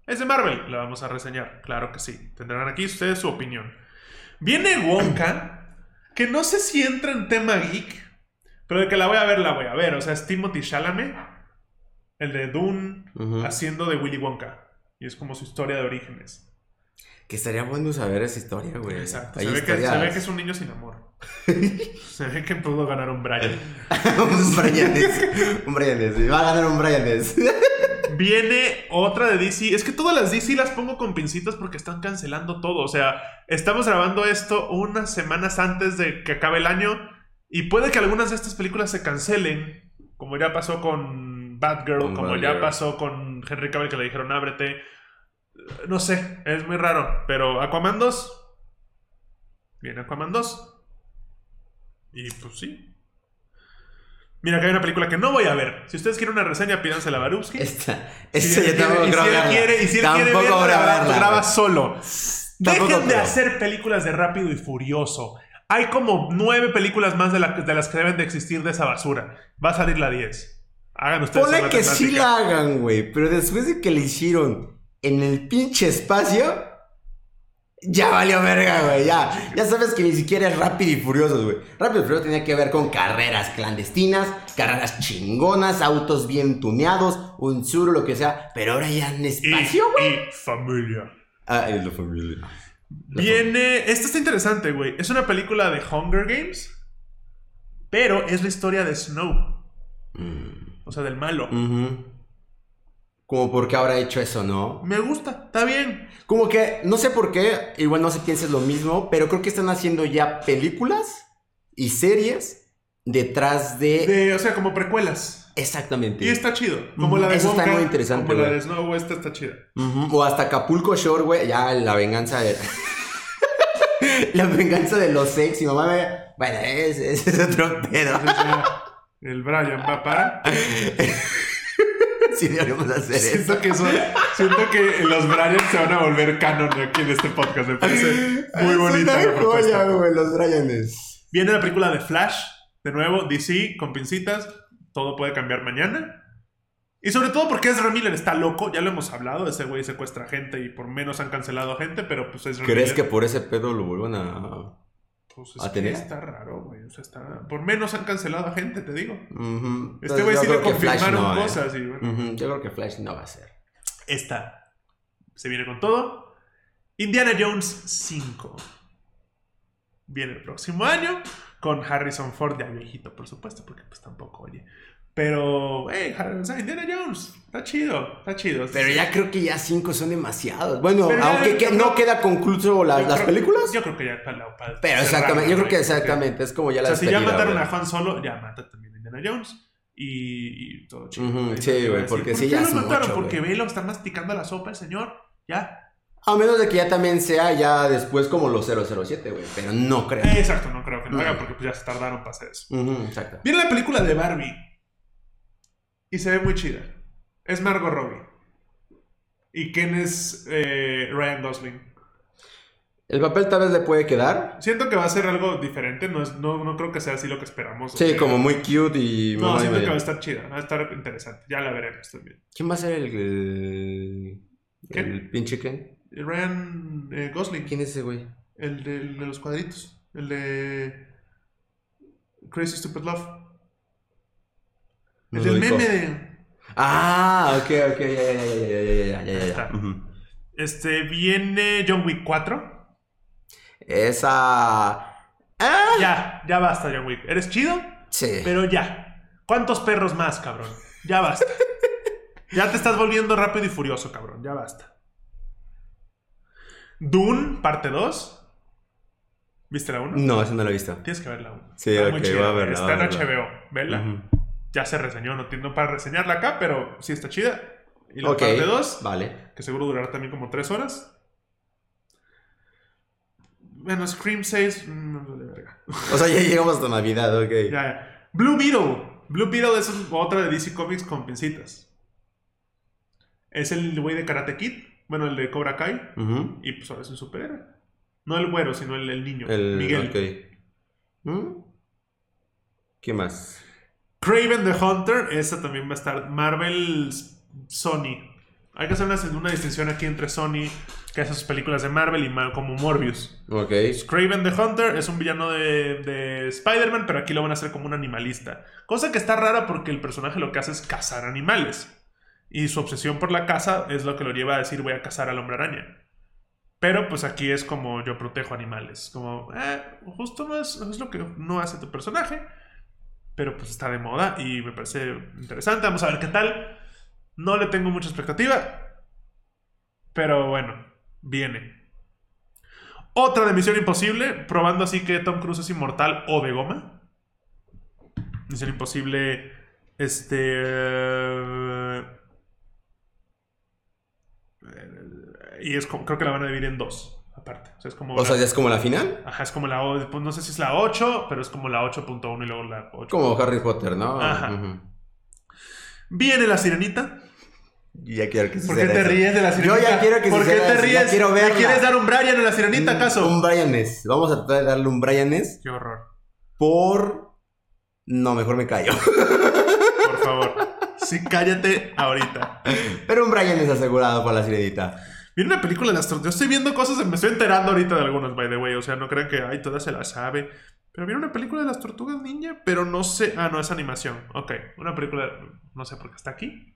Speaker 1: Es de Marvel, la vamos a reseñar, claro que sí. Tendrán aquí ustedes su opinión. Viene Wonka, que no sé si entra en tema geek, pero de que la voy a ver, la voy a ver. O sea, es Timothy Chalamet, el de Dune,
Speaker 2: Ujú.
Speaker 1: haciendo de Willy Wonka. Y es como su historia de orígenes.
Speaker 2: Que estaría bueno saber esa historia, güey.
Speaker 1: Exacto.
Speaker 2: Hay
Speaker 1: Se ve, que, se
Speaker 2: historias. [laughs]
Speaker 1: ve que es un niño sin amor. se ve que pudo ganar un Brian.
Speaker 2: un Braianes. Un Braianes. Va a ganar un Braianes.
Speaker 1: Viene otra de DC. Es que todas las DC las pongo con pincitas porque están cancelando todo. O sea, estamos grabando esto unas semanas antes de que acabe el año. Y puede que algunas de estas películas se cancelen. Como ya pasó con Batgirl,
Speaker 2: Con
Speaker 1: como ya
Speaker 2: Batgirl.
Speaker 1: pasó con Henry Cavill que le dijeron ábrete. Eh, No sé, es muy raro. Pero Aquaman 2. Viene Aquaman 2. Y pues sí. Mira, acá hay una película que no voy a ver. Si ustedes quieren una reseña, pídansela a Barubsky.
Speaker 2: [laughs] Esta.
Speaker 1: Si
Speaker 2: Esta
Speaker 1: él
Speaker 2: ya tampoco
Speaker 1: quiere- y
Speaker 2: creo
Speaker 1: si él
Speaker 2: verla.
Speaker 1: quiere, y si él quiere
Speaker 2: Tampoco
Speaker 1: verla,
Speaker 2: habrá
Speaker 1: graba-
Speaker 2: verla,
Speaker 1: graba
Speaker 2: güey.
Speaker 1: solo.
Speaker 2: Tampoco
Speaker 1: Dejen de
Speaker 2: creo.
Speaker 1: hacer películas de Rápido y Furioso. Hay como nueve películas más de, la- de las que deben de existir de esa basura. Va a salir la 10. Hagan ustedes
Speaker 2: Ponle
Speaker 1: la
Speaker 2: que sí
Speaker 1: matemática.
Speaker 2: la hagan, güey. Pero después de que le hicieron en el pinche espacio, ya valió verga, güey. Ya, ya sabes que ni siquiera es rápido y furioso, güey. Rápido y furioso tenía que ver con carreras clandestinas, carreras chingonas, autos bien tuneados, un sur, lo que sea. Pero ahora ya en
Speaker 1: Y,
Speaker 2: espacio, güey.
Speaker 1: y familia.
Speaker 2: Ah, es la familia.
Speaker 1: Viene. Esta está interesante, güey. Es una película de Hunger Games. Pero es la historia de Snow.
Speaker 2: Mm.
Speaker 1: O sea, del malo.
Speaker 2: Ujú. Como porque habrá hecho eso, ¿no?
Speaker 1: Me gusta, está bien.
Speaker 2: Como que, no sé por qué, igual no sé quién es lo mismo, pero creo que están haciendo ya películas y series detrás de...
Speaker 1: De- o sea, como precuelas.
Speaker 2: Exactamente.
Speaker 1: Y está chido. Como
Speaker 2: Ujú,
Speaker 1: la de
Speaker 2: eso está
Speaker 1: Wonka,
Speaker 2: muy interesante,
Speaker 1: Como la
Speaker 2: güey.
Speaker 1: de Snow, esta está chida.
Speaker 2: Ujú, O hasta Acapulco Shore, güey. Ya, la venganza de... [laughs] la venganza de los ex y mamá me... Bueno, ese ese es otro pedo. [laughs]
Speaker 1: El Brian va para.
Speaker 2: si deberíamos hacer eso.
Speaker 1: Siento que, eso- siento que los Brian se van a volver canon aquí en este podcast. Me
Speaker 2: [laughs]
Speaker 1: parece muy
Speaker 2: Es
Speaker 1: bonita la
Speaker 2: una joya,
Speaker 1: propuesta.
Speaker 2: güey, los Bryanes.
Speaker 1: Viene la película de Flash, de nuevo, DC, con pincitas. Todo puede cambiar mañana. Y sobre todo porque Ezra Miller está loco, ya lo hemos hablado, ese güey secuestra gente y por menos han cancelado gente, pero pues Ezra
Speaker 2: ¿Crees
Speaker 1: Miller-
Speaker 2: que por ese pedo lo vuelvan a...?
Speaker 1: pues,
Speaker 2: a
Speaker 1: es que
Speaker 2: tener?
Speaker 1: está raro, güey. O sea, está... Por menos han cancelado a gente, te digo.
Speaker 2: Ujú.
Speaker 1: Este
Speaker 2: Entonces,
Speaker 1: güey
Speaker 2: yo
Speaker 1: sí le
Speaker 2: creo que Flash
Speaker 1: confirmaron
Speaker 2: no, ¿eh?
Speaker 1: cosas y bueno.
Speaker 2: Ujú, Yo creo que Flash no va a ser.
Speaker 1: Esta se viene con todo. Indiana Jones 5. Viene el próximo año con Harrison Ford, ya viejito, por supuesto, porque pues tampoco, oye. Pero, hey, Indiana Jones, está chido, está chido.
Speaker 2: Pero ya creo que ya cinco son demasiados. Bueno,
Speaker 1: Pero ya-
Speaker 2: aunque que-
Speaker 1: yo
Speaker 2: no
Speaker 1: creo-
Speaker 2: queda concluso la-
Speaker 1: Yo
Speaker 2: las
Speaker 1: creo-
Speaker 2: películas.
Speaker 1: Yo creo que ya está la para
Speaker 2: pero
Speaker 1: cerrar,
Speaker 2: exactamente, yo
Speaker 1: ¿no?
Speaker 2: creo que exactamente, es como ya
Speaker 1: O
Speaker 2: la
Speaker 1: sea, si ya
Speaker 2: despedida,
Speaker 1: mataron
Speaker 2: güey.
Speaker 1: a Han Solo, ya mata también a Indiana Jones. Y, y todo chido.
Speaker 2: Ujú,
Speaker 1: Ahí no
Speaker 2: sí,
Speaker 1: te voy a
Speaker 2: güey,
Speaker 1: decir,
Speaker 2: porque
Speaker 1: ¿por
Speaker 2: sí,
Speaker 1: qué
Speaker 2: ya
Speaker 1: lo
Speaker 2: son
Speaker 1: mataron?
Speaker 2: ocho,
Speaker 1: porque
Speaker 2: güey.
Speaker 1: Velo está masticando la sopa el señor, ya.
Speaker 2: A menos de que ya también sea ya después como los 007, güey. Pero no creo.
Speaker 1: Eh, exacto, no creo que lo haga
Speaker 2: Ujú.
Speaker 1: porque pues, ya se tardaron para hacer eso.
Speaker 2: Ujú, exacto.
Speaker 1: Viene la película de Barbie. Y se ve muy chida. Es Margot Robbie. ¿Y quién es eh, Ryan Gosling?
Speaker 2: El papel tal vez le puede quedar.
Speaker 1: Siento que va a ser algo diferente. No, es- no, no creo que sea así lo que esperamos. o
Speaker 2: Sí,
Speaker 1: sea,
Speaker 2: como muy cute y...
Speaker 1: No,
Speaker 2: mamá
Speaker 1: siento
Speaker 2: de
Speaker 1: que va a
Speaker 2: María.
Speaker 1: estar chida. Va a estar interesante. Ya la veremos también.
Speaker 2: ¿Quién va a ser el... el-
Speaker 1: ¿Qué?
Speaker 2: el pinche qué?
Speaker 1: Ryan eh, Gosling.
Speaker 2: ¿Quién es ese güey?
Speaker 1: El de, el de los cuadritos. El de. Crazy Stupid Love.
Speaker 2: No
Speaker 1: el
Speaker 2: lo
Speaker 1: del
Speaker 2: ubico.
Speaker 1: meme de.
Speaker 2: Ah, ok, ok, ya, ya, ya, ya, ya, ya, ya, ya, ya.
Speaker 1: Está.
Speaker 2: Ujú.
Speaker 1: Este, viene John Wick 4.
Speaker 2: Esa... Ah,
Speaker 1: Ya, ya basta, John Wick. Eres chido,
Speaker 2: sí.
Speaker 1: pero ya. ¿Cuántos perros más, cabrón? Ya
Speaker 2: [laughs]
Speaker 1: basta. ya te estás volviendo rápido y furioso, cabrón. Ya basta. Dune, parte 2. ¿Viste la 1?
Speaker 2: No, eso no lo he visto.
Speaker 1: Tienes que ver la 1.
Speaker 2: Mm. Sí, ok, voy a verla,
Speaker 1: Está
Speaker 2: voy a
Speaker 1: en
Speaker 2: verla.
Speaker 1: HBO. Vela.
Speaker 2: Ujú.
Speaker 1: Ya se reseñó, no tiene para reseñarla acá, pero sí está chida. Y la
Speaker 2: Ok,
Speaker 1: parte 2,
Speaker 2: Vale.
Speaker 1: que seguro durará también como 3 horas. Bueno, Scream 6, mm, no vale verga.
Speaker 2: O sea, ya llegamos hasta Navidad, ok.
Speaker 1: Ya, ya. Blue Beetle. Blue Beetle es otra de DC Comics con pincitas. Es el güey de Karate Kid, bueno, el de Cobra Kai,
Speaker 2: Ujú.
Speaker 1: y pues ahora es un superhéroe. No el güero, sino el, el niño,
Speaker 2: El,
Speaker 1: Miguel.
Speaker 2: ok. ¿Mm? ¿Qué más?
Speaker 1: Craven the Hunter, esa también va a estar. Marvel Sony. Hay que hacer una, una distinción aquí entre Sony, que hace sus películas de Marvel, y Mar- como Morbius.
Speaker 2: Ok.
Speaker 1: Craven the Hunter es un villano de, de Spider-Man, pero aquí lo van a hacer como un animalista. Cosa que está rara porque el personaje lo que hace es cazar animales. Y su obsesión por la caza es lo que lo lleva a decir voy a cazar al hombre araña. Pero pues aquí es como yo protejo animales. Como, eh, justo no es, es lo que no hace tu personaje. Pero pues está de moda y me parece interesante. Vamos a ver qué tal. No le tengo mucha expectativa. Pero bueno, viene. Otra de Misión Imposible, probando así que Tom Cruise es inmortal o de goma. Misión Imposible, este... eh, Y es como, creo que la van a dividir en dos, aparte. O sea, es como...
Speaker 2: O sea,
Speaker 1: la-
Speaker 2: ya es como la final.
Speaker 1: Ajá, es como la... o- pues No sé si es la 8, pero es como la 8.1 y luego la 8.
Speaker 2: Como Harry Potter, ¿no?
Speaker 1: Ajá.
Speaker 2: Ujú.
Speaker 1: Viene la sirenita.
Speaker 2: Y Ya quiero que
Speaker 1: ¿Por qué te ríes de la sirenita?
Speaker 2: Yo ya quiero que
Speaker 1: ¿Por qué
Speaker 2: suceda
Speaker 1: te
Speaker 2: eso, ya
Speaker 1: ríes?
Speaker 2: quiero
Speaker 1: ¿Le
Speaker 2: verla.
Speaker 1: quieres dar un Brian a la sirenita, acaso?
Speaker 2: Un Brianes. Vamos a tratar de darle un Brianes
Speaker 1: Qué horror.
Speaker 2: por. No, mejor me callo. [laughs]
Speaker 1: Por favor. Sí, cállate ahorita.
Speaker 2: Pero un Brianes asegurado para la sirenita.
Speaker 1: Viene una película de astro... Yo estoy viendo cosas, me estoy enterando ahorita de algunas, by the way. O sea, no crean que, ay, todas se las sabe. Pero viene una película de las tortugas ninja, pero no sé. Ah, no, es animación. Ok, una película. No sé por qué está aquí.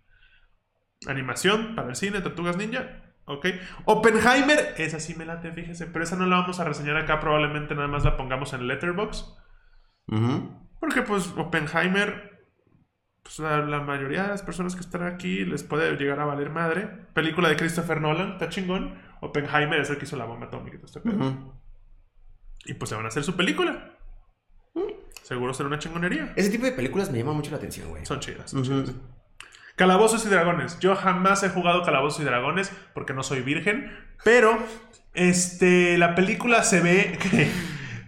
Speaker 1: Animación para el cine, tortugas ninja. Ok. Oppenheimer, esa sí me late, fíjese. Pero esa no la vamos a reseñar acá. Probablemente nada más la pongamos en Letterboxd.
Speaker 2: Ujú.
Speaker 1: Porque pues Oppenheimer, pues la, la mayoría de las personas que están aquí les puede llegar a valer madre. Película de Christopher Nolan, está chingón. Oppenheimer es el que hizo la bomba atómica. y todo este pedo.
Speaker 2: Ujú.
Speaker 1: Y pues le van a hacer su película. Seguro será una chingonería.
Speaker 2: Ese tipo de películas me llama mucho la atención, güey.
Speaker 1: Son chidas. son
Speaker 2: Ujú.
Speaker 1: chidas. Calabozos y dragones. Yo jamás he jugado Calabozos y dragones porque no soy virgen, pero este la película se ve [laughs] que,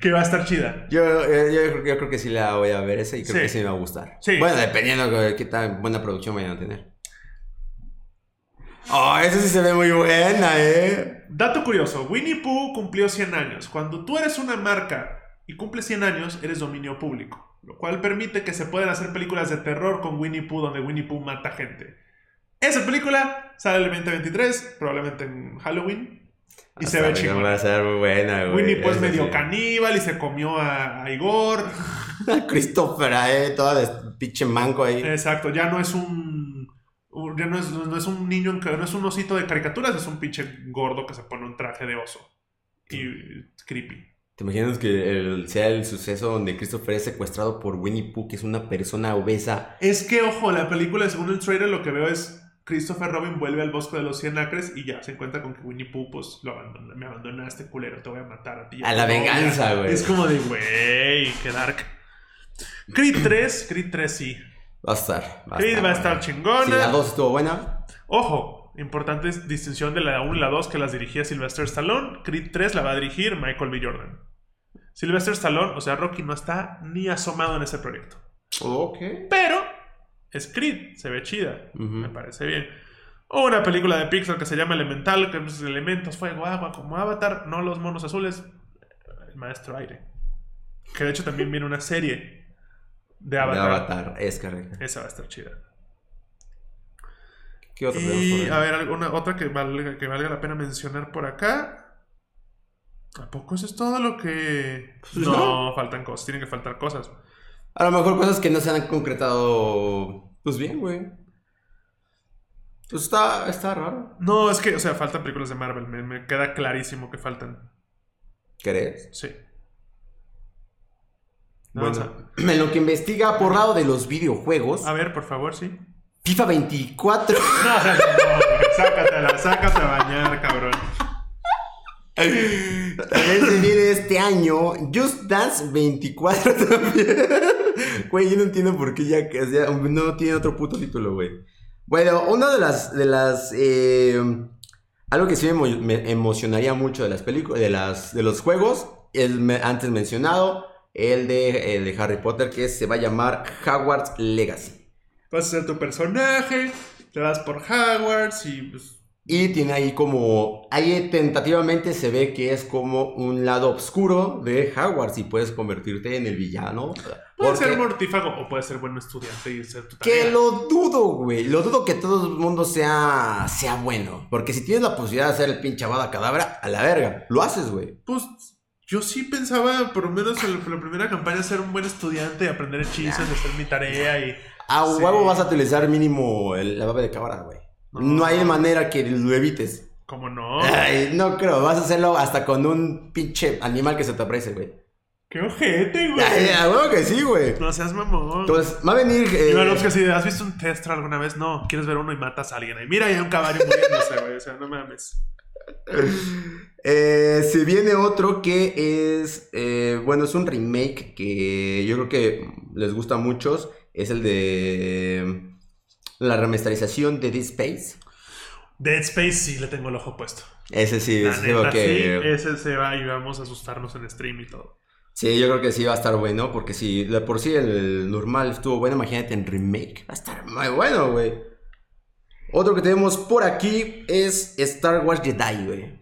Speaker 1: que va a estar chida.
Speaker 2: Yo, eh, yo, creo- yo creo que sí la voy a ver esa y creo
Speaker 1: Sí.
Speaker 2: que sí me va a gustar.
Speaker 1: Sí.
Speaker 2: Bueno, dependiendo de qué tan buena producción vayan a tener. Oh, esa sí se ve muy buena, eh.
Speaker 1: Dato curioso, Winnie Pooh cumplió 100 años. Cuando tú eres una marca y cumples 100 años, eres dominio público, lo cual permite que se puedan hacer películas de terror con Winnie Pooh donde Winnie Pooh mata gente. Esa película sale el 2023, probablemente en Halloween, y se ve
Speaker 2: chingón.
Speaker 1: chingona.
Speaker 2: Va a ser muy buena, Ah, güey.
Speaker 1: Winnie Pooh es
Speaker 2: Esa
Speaker 1: medio
Speaker 2: sí.
Speaker 1: caníbal y se comió a, a Igor.
Speaker 2: [laughs] Christopher, eh, todo de pinche manco ahí.
Speaker 1: Exacto, ya no es un... un- Ya no es, no es un niño, en ca- no es un osito de caricaturas, es un pinche gordo que se pone un traje de oso. Y creepy.
Speaker 2: ¿Te imaginas que el- sea el suceso donde Christopher es secuestrado por Winnie Pooh, que es una persona obesa?
Speaker 1: Es que, ojo, la película, según el trailer, lo que veo es Christopher Robin vuelve al bosque de los 100 acres y ya se encuentra con que Winnie Pooh, pues, lo abandona, me abandonaste, culero, te voy a matar a ti.
Speaker 2: A la
Speaker 1: tu novia.
Speaker 2: venganza, güey.
Speaker 1: Es como de, güey, qué dark. Creed 3, Creed 3 sí.
Speaker 2: Va a estar. Va
Speaker 1: Creed va a estar
Speaker 2: buena.
Speaker 1: chingona.
Speaker 2: Si la 2 estuvo buena,
Speaker 1: Ojo, importante es- distinción de la 1 y la 2 que las dirigía Sylvester Stallone. Creed 3 la va a dirigir Michael B. Jordan. Sylvester Stallone, o sea, Rocky no está ni asomado en ese proyecto.
Speaker 2: ok.
Speaker 1: Pero es Creed, se ve chida.
Speaker 2: Ujú.
Speaker 1: Me parece bien. O una película de Pixar que se llama Elemental, que es elementos, fuego, agua, como Avatar, no los monos azules, el maestro aire. Que de hecho también viene una serie de
Speaker 2: De
Speaker 1: Avatar.
Speaker 2: Avatar, es correcto.
Speaker 1: Esa va a estar chida.
Speaker 2: ¿Qué otro
Speaker 1: Y
Speaker 2: tenemos por
Speaker 1: a
Speaker 2: ahí?
Speaker 1: ver, alguna otra que valga, que valga la pena mencionar por acá. ¿A poco eso es todo lo que.?
Speaker 2: Pues
Speaker 1: No, faltan cosas, tienen que faltar cosas.
Speaker 2: A lo mejor cosas que no se han concretado. Pues bien, güey. Pues está, está raro.
Speaker 1: No, es que, o sea, faltan películas de Marvel, me- me queda clarísimo que faltan.
Speaker 2: ¿Crees?
Speaker 1: Sí.
Speaker 2: Bueno,
Speaker 1: Avanza.
Speaker 2: en lo que investiga por lado de los videojuegos,
Speaker 1: A ver, por favor, sí.
Speaker 2: FIFA 24.
Speaker 1: [laughs] No, o sea, no, güey, sácatela, sácate a bañar, cabrón.
Speaker 2: También se viene este año Just Dance 24 también. [laughs] Güey, yo no entiendo por qué ya que- o sea, no tiene otro puto título, güey. Bueno, una de las de las eh, Algo que sí me, emo- me emocionaría mucho de las películas, de las, de los juegos, el me- antes mencionado, el de, el de Harry Potter, que se va a llamar Hogwarts Legacy.
Speaker 1: Vas a ser tu personaje, te vas por Hogwarts y pues,
Speaker 2: Y tiene ahí como, ahí tentativamente se ve que es como un lado oscuro de Hogwarts y puedes convertirte en el villano.
Speaker 1: puede
Speaker 2: Porque-
Speaker 1: ser mortífago o puede ser buen estudiante y ser tu tarea.
Speaker 2: Que lo dudo, güey. Lo dudo que todo el mundo sea, sea bueno. Porque si tienes la posibilidad de hacer el pinche abada cadabra, a la verga. Lo haces, güey.
Speaker 1: Pues yo sí pensaba, por lo menos en la- la primera campaña, ser un buen estudiante, aprender hechizos, hacer mi tarea y.
Speaker 2: A
Speaker 1: Sí.
Speaker 2: huevo vas a utilizar mínimo el- la baba de cabra, güey.
Speaker 1: No.
Speaker 2: No, hay manera que lo evites.
Speaker 1: Como no.
Speaker 2: Ay, no creo. Vas a hacerlo hasta con un pinche animal que se te aparece, güey.
Speaker 1: ¡Qué ojete, güey!
Speaker 2: Ay, A huevo que sí, güey.
Speaker 1: No seas mamón.
Speaker 2: Entonces, va a venir. eh,
Speaker 1: Y bueno, es que si has visto un Testra alguna vez, no, quieres ver uno y matas a alguien. Y mira, hay un caballo muriéndose, güey. O sea, no mames.
Speaker 2: [laughs] Eh, se viene otro que es, eh, bueno, es un remake que yo creo que les gusta a muchos. Es el de mm, la remasterización de Dead Space.
Speaker 1: Dead Space sí le tengo el ojo puesto.
Speaker 2: Ese sí,
Speaker 1: La
Speaker 2: ese
Speaker 1: neta,
Speaker 2: creo
Speaker 1: sí, eh.
Speaker 2: que,
Speaker 1: ese se va y vamos a asustarnos en stream y todo.
Speaker 2: sí, yo creo que sí va a estar bueno, porque si de por sí el normal estuvo bueno, imagínate en remake. Va a estar muy bueno, güey. Otro que tenemos por aquí es Star Wars Jedi, güey.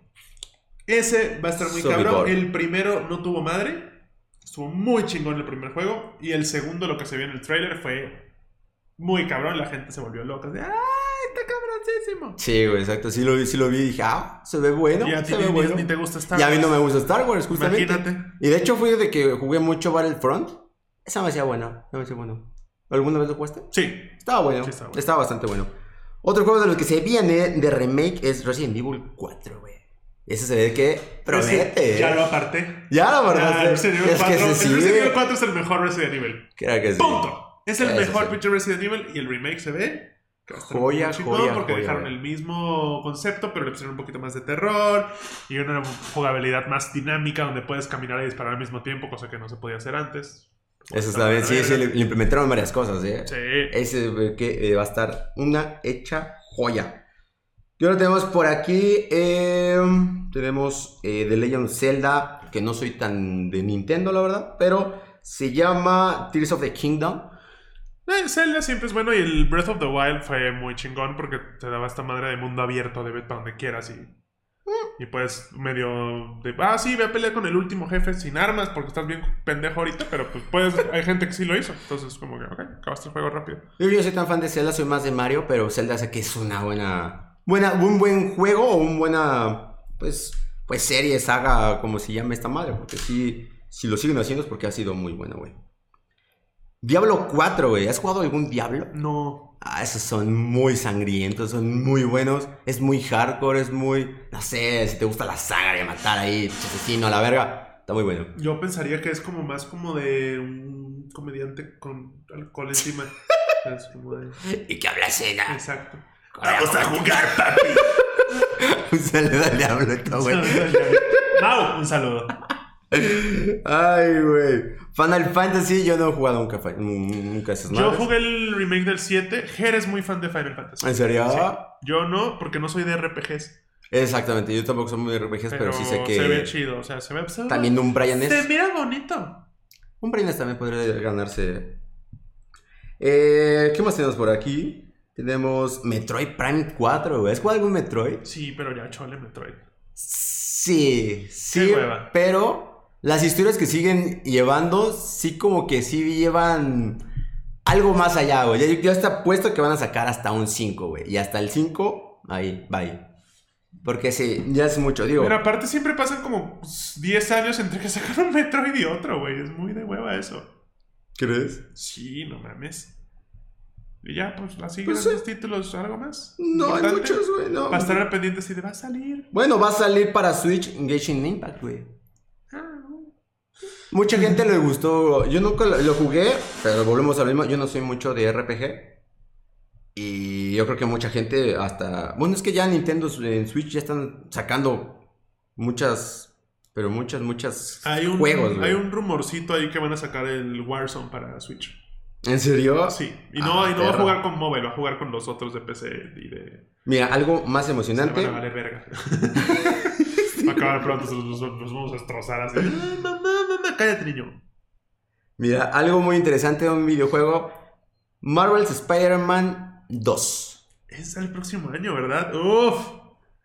Speaker 1: Ese va a estar muy
Speaker 2: Sobre
Speaker 1: cabrón.
Speaker 2: todo.
Speaker 1: El primero no tuvo madre. Estuvo muy chingón el primer juego. Y el segundo, lo que se vio en el trailer, fue muy cabrón. La gente se volvió loca. De, ¡Ah, está cabroncísimo!
Speaker 2: Sí, güey, exacto. Sí lo vi, sí lo vi y dije, ah, se ve bueno.
Speaker 1: y a ti
Speaker 2: se
Speaker 1: ni,
Speaker 2: ve
Speaker 1: ni-
Speaker 2: bueno.
Speaker 1: ni te gusta Star
Speaker 2: Y a mí
Speaker 1: Wars.
Speaker 2: no me gusta Star Wars, justamente.
Speaker 1: Imagínate.
Speaker 2: Y de hecho fui de que jugué mucho Battlefront. Esa me hacía buena, no me hacía bueno. ¿Alguna vez lo jugaste?
Speaker 1: Sí.
Speaker 2: Estaba bueno,
Speaker 1: Sí, estaba bueno.
Speaker 2: estaba bastante bueno. Otro juego de los que se viene de remake es Resident Evil 4, güey. Ese se ve que promete. ¿eh?
Speaker 1: Ese Ya lo aparté.
Speaker 2: Ya lo
Speaker 1: Ah,
Speaker 2: verdad.
Speaker 1: el Resident Evil
Speaker 2: es que
Speaker 1: 4
Speaker 2: se
Speaker 1: el Resident Evil
Speaker 2: sigue.
Speaker 1: 4 es el mejor Resident Evil.
Speaker 2: Claro que sí.
Speaker 1: ¡Punto! Es el
Speaker 2: Eso
Speaker 1: mejor
Speaker 2: sí.
Speaker 1: pinche Resident Evil y el remake se ve. que va a estar
Speaker 2: Joya,
Speaker 1: muy chingón
Speaker 2: joya,
Speaker 1: Porque
Speaker 2: joya,
Speaker 1: dejaron
Speaker 2: güey.
Speaker 1: el mismo concepto, pero le pusieron un poquito más de terror y una jugabilidad más dinámica donde puedes caminar y disparar al mismo tiempo, cosa que no se podía hacer antes.
Speaker 2: Eso está bien, sí, sí, le, le implementaron varias cosas, ¿eh?
Speaker 1: Sí.
Speaker 2: Ese güey, que eh, va a estar una hecha joya. Y ahora tenemos por aquí. eh, tenemos eh, The Legend of Zelda. Que no soy tan de Nintendo, la verdad. Pero se llama Tears of the Kingdom.
Speaker 1: Eh, Zelda siempre es bueno y el Breath of the Wild fue muy chingón porque te daba esta madre de mundo abierto de vete para donde quieras y. Y pues medio de, ah, sí, ve a pelear con el último jefe sin armas porque estás bien pendejo ahorita, pero pues puedes, hay gente que sí lo hizo. Entonces como que, ok, acabaste el juego rápido.
Speaker 2: Yo yo no soy tan fan de Zelda, soy más de Mario. Pero Zelda sé que es una buena. buena un buen juego o una buena. Pues, pues serie, saga, como se llame esta madre. Porque sí, si lo siguen haciendo es porque ha sido muy buena, güey. Diablo 4, güey. ¿Has jugado algún Diablo?
Speaker 1: No.
Speaker 2: Ah, esos son muy sangrientos, son muy buenos. Es muy hardcore, es muy. No sé, si te gusta la saga de matar ahí, pinche asesino a la verga. Está muy bueno.
Speaker 1: Yo pensaría que es como más como de un comediante con alcohol
Speaker 2: [laughs]
Speaker 1: encima. Es como de-
Speaker 2: ¿Y qué habla cena?
Speaker 1: Exacto.
Speaker 2: jugar, papi. [laughs] Un saludo al diablo, está
Speaker 1: [laughs]
Speaker 2: bueno.
Speaker 1: Mau, un saludo.
Speaker 2: Pues Ay, güey. Final Fantasy, yo no he jugado nunca, fa- nunca esas
Speaker 1: Yo
Speaker 2: madres.
Speaker 1: jugué el remake del 7. Ger es muy fan de Final Fantasy.
Speaker 2: ¿En serio?
Speaker 1: Sí. Yo no, porque no soy de RPGs.
Speaker 2: Exactamente, yo tampoco soy muy de RPGs,
Speaker 1: Pero,
Speaker 2: pero, sí sé que.
Speaker 1: se ve chido. O sea, se ve. se ve-
Speaker 2: También este. un Brian es.
Speaker 1: Se mira bonito.
Speaker 2: Un Brines también podría ganarse. Eh, ¿Qué más tenemos por aquí? Tenemos Metroid Prime 4, güey. ¿Has jugado algún Metroid?
Speaker 1: Sí, pero ya chole Metroid.
Speaker 2: Sí, sí.
Speaker 1: Qué hueva.
Speaker 2: Pero las historias que siguen llevando, sí como que sí llevan algo más allá, güey. Yo, yo hasta apuesto que van a sacar hasta un 5, güey. Y hasta el 5, ahí, bye. Porque sí, ya es mucho, digo.
Speaker 1: Pero aparte siempre pasan como 10 años entre que sacan un [laughs] Metroid y otro, güey. Es muy de hueva eso.
Speaker 2: ¿Crees?
Speaker 1: Sí, no mames. Y ya, pues así
Speaker 2: Pues
Speaker 1: grandes títulos, algo más.
Speaker 2: No, hay
Speaker 1: Importante.
Speaker 2: muchos, güey. No.
Speaker 1: Para estar al pendiente así de va a salir.
Speaker 2: Bueno, va a salir para Switch Engaging Impact, güey.
Speaker 1: Ah, no.
Speaker 2: Mucha gente le gustó. Yo nunca lo, lo jugué, pero volvemos al mismo. Yo no soy mucho de RPG. Y yo creo que mucha gente hasta. Bueno, es que ya Nintendo en Switch ya están sacando muchas. Pero muchas, muchas
Speaker 1: Hay un,
Speaker 2: juegos, güey.
Speaker 1: hay un rumorcito ahí que van a sacar el Warzone para Switch.
Speaker 2: ¿En serio?
Speaker 1: Sí, y no,
Speaker 2: Ah,
Speaker 1: y no va a
Speaker 2: perro.
Speaker 1: jugar con móvil, va a jugar con los otros de PC y de
Speaker 2: Mira, algo más
Speaker 1: Se
Speaker 2: emocionante.
Speaker 1: van a valer verga. [laughs] Va a acabar pronto, se los, los- los vamos a destrozar
Speaker 2: [laughs]
Speaker 1: así. "Ah, mamá, mamá, cállate, niño.
Speaker 2: Mira, algo muy interesante de un videojuego. Marvel's Spider-Man 2.
Speaker 1: Es el próximo año, ¿verdad? Uf.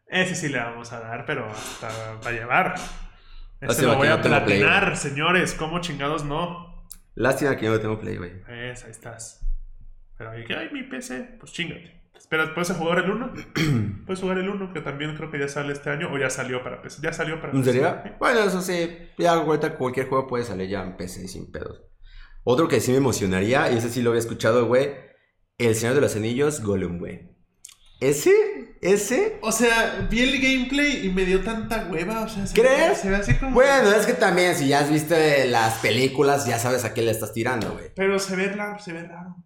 Speaker 1: Ese sí le vamos a dar, pero hasta para llevar.
Speaker 2: Así
Speaker 1: Ese
Speaker 2: Ah, va
Speaker 1: lo voy
Speaker 2: que no
Speaker 1: a
Speaker 2: tengo Play,
Speaker 1: platinar, señores. ¿Cómo chingados no?
Speaker 2: Lástima que yo no tengo Play, güey.
Speaker 1: Es, ahí estás. Pero hay que, ay, mi PC, pues chingate. Espera, ¿puedes jugar el
Speaker 2: [clears throat]
Speaker 1: 1? Puedes jugar el 1, que también creo que ya sale este año. O ya salió para PC. Ya salió para
Speaker 2: ¿En
Speaker 1: PC.
Speaker 2: serio? Bueno, eso sí, ya ahorita cualquier juego puede salir ya en PC sin pedos. Otro que sí me emocionaría, y ese sí lo había escuchado, güey, El Señor de los Anillos, Gollum, güey. Ese, ese...
Speaker 1: O sea, vi el gameplay y me dio tanta hueva. O sea, se
Speaker 2: ¿Crees?
Speaker 1: ve- Se ve así como.
Speaker 2: Bueno, es que también si ya has visto eh, las películas, ya sabes a qué le estás tirando, güey.
Speaker 1: Pero se ve raro, se ve raro.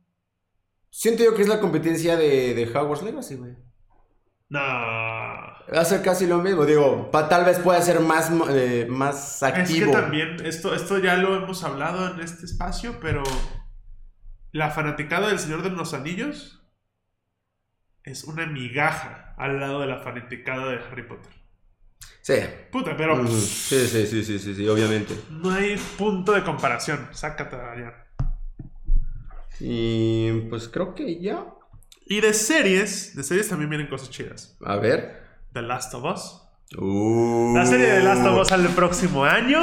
Speaker 2: Siento yo que es la competencia de, de Hogwarts Legacy, güey.
Speaker 1: No.
Speaker 2: Va a ser casi lo mismo, digo, pa- tal vez pueda ser más, mo- eh, más
Speaker 1: Es que
Speaker 2: activo.
Speaker 1: también, esto, esto ya lo hemos hablado en este espacio, pero la fanaticada del Señor de los Anillos es una migaja al lado de la fanaticada de Harry Potter.
Speaker 2: Sí.
Speaker 1: Puta, pero pues,
Speaker 2: Ujú.
Speaker 1: pff,
Speaker 2: sí, sí, sí, sí, sí, sí, obviamente.
Speaker 1: no hay punto de comparación. Sácate allá.
Speaker 2: Y pues creo que ya.
Speaker 1: Y de series, de series también vienen cosas chidas.
Speaker 2: A ver.
Speaker 1: The Last of Us.
Speaker 2: Uh.
Speaker 1: La serie de Last of Us sale el próximo año.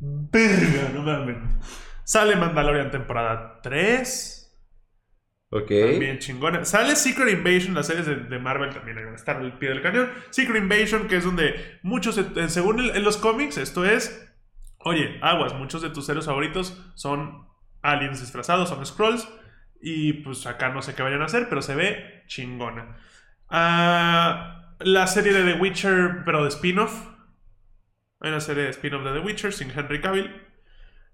Speaker 1: Verga, no mames. Sale Mandalorian temporada 3.
Speaker 2: Ok.
Speaker 1: Bien chingona. Sale Secret Invasion, las series de, de Marvel también ahí van a estar al pie del cañón. Secret Invasion, que es donde muchos, de- según el- en los cómics, esto es, oye, aguas, muchos de tus héroes favoritos son aliens disfrazados, son scrolls, y pues acá no sé qué vayan a hacer, pero se ve chingona. Ah, la serie de The Witcher, pero de spin-off. Hay una serie de spin-off de The Witcher sin Henry Cavill.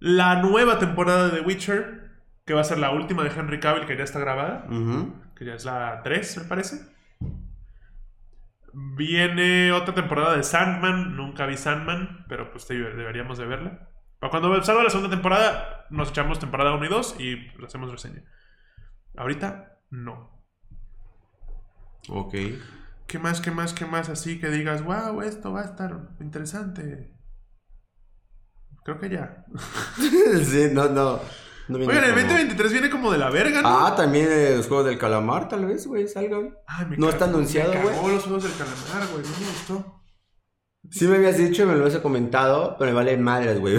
Speaker 1: La nueva temporada de The Witcher, que va a ser la última de Henry Cavill, que ya está grabada
Speaker 2: Ujú.
Speaker 1: que ya es la 3, me parece. Viene otra temporada de Sandman, nunca vi Sandman, pero pues te- deberíamos de verla. Para cuando salga la segunda temporada, nos echamos temporada 1 y 2 y hacemos reseña. Ahorita, no.
Speaker 2: Ok.
Speaker 1: ¿Qué más, qué más, qué más así que digas, wow, esto va a estar interesante? Creo que ya.
Speaker 2: [laughs] sí, no, no. no viene
Speaker 1: Oigan, el
Speaker 2: como-
Speaker 1: 2023 viene como de la verga, ¿no?
Speaker 2: Ah, también eh, los juegos del calamar, tal vez, güey, salgan.
Speaker 1: Ay, me
Speaker 2: no está
Speaker 1: cagó,
Speaker 2: anunciado,
Speaker 1: Me
Speaker 2: güey.
Speaker 1: cagó los juegos del calamar, güey, no me gustó.
Speaker 2: Sí me habías dicho, me lo habías comentado, pero me vale madres, güey.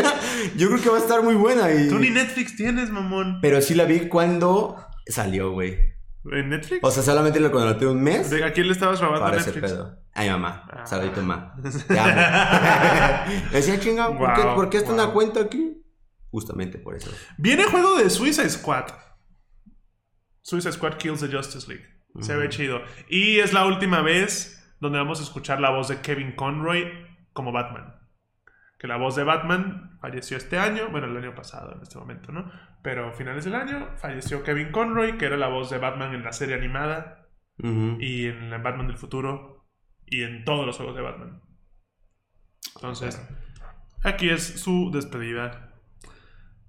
Speaker 2: [laughs] Yo creo que va a estar muy buena y...
Speaker 1: Tú ni Netflix tienes, mamón.
Speaker 2: Pero sí la vi cuando salió, güey.
Speaker 1: ¿En Netflix?
Speaker 2: O sea, solamente lo contraté un mes
Speaker 1: ¿De- ¿A quién le estabas robando
Speaker 2: para ese
Speaker 1: Netflix?
Speaker 2: pedo. Ay, mamá.
Speaker 1: Ah.
Speaker 2: Saludito,
Speaker 1: [laughs]
Speaker 2: mamá. Te amo. [laughs] Me decía, chinga, ¿por, qué,
Speaker 1: Guau,
Speaker 2: por qué está
Speaker 1: guau.
Speaker 2: una cuenta aquí? Justamente por eso.
Speaker 1: Viene juego de Suicide Squad. Suicide Squad Kills the Justice League. Se ve
Speaker 2: Ujú.
Speaker 1: chido. Y es la última vez donde vamos a escuchar la voz de Kevin Conroy como Batman. Que la voz de Batman falleció este año, bueno, el año pasado en este momento, ¿no? Pero a finales del año falleció Kevin Conroy, que era la voz de Batman en la serie animada
Speaker 2: Ujú.
Speaker 1: y en la Batman del futuro y en todos los juegos de Batman. Entonces, aquí es su despedida.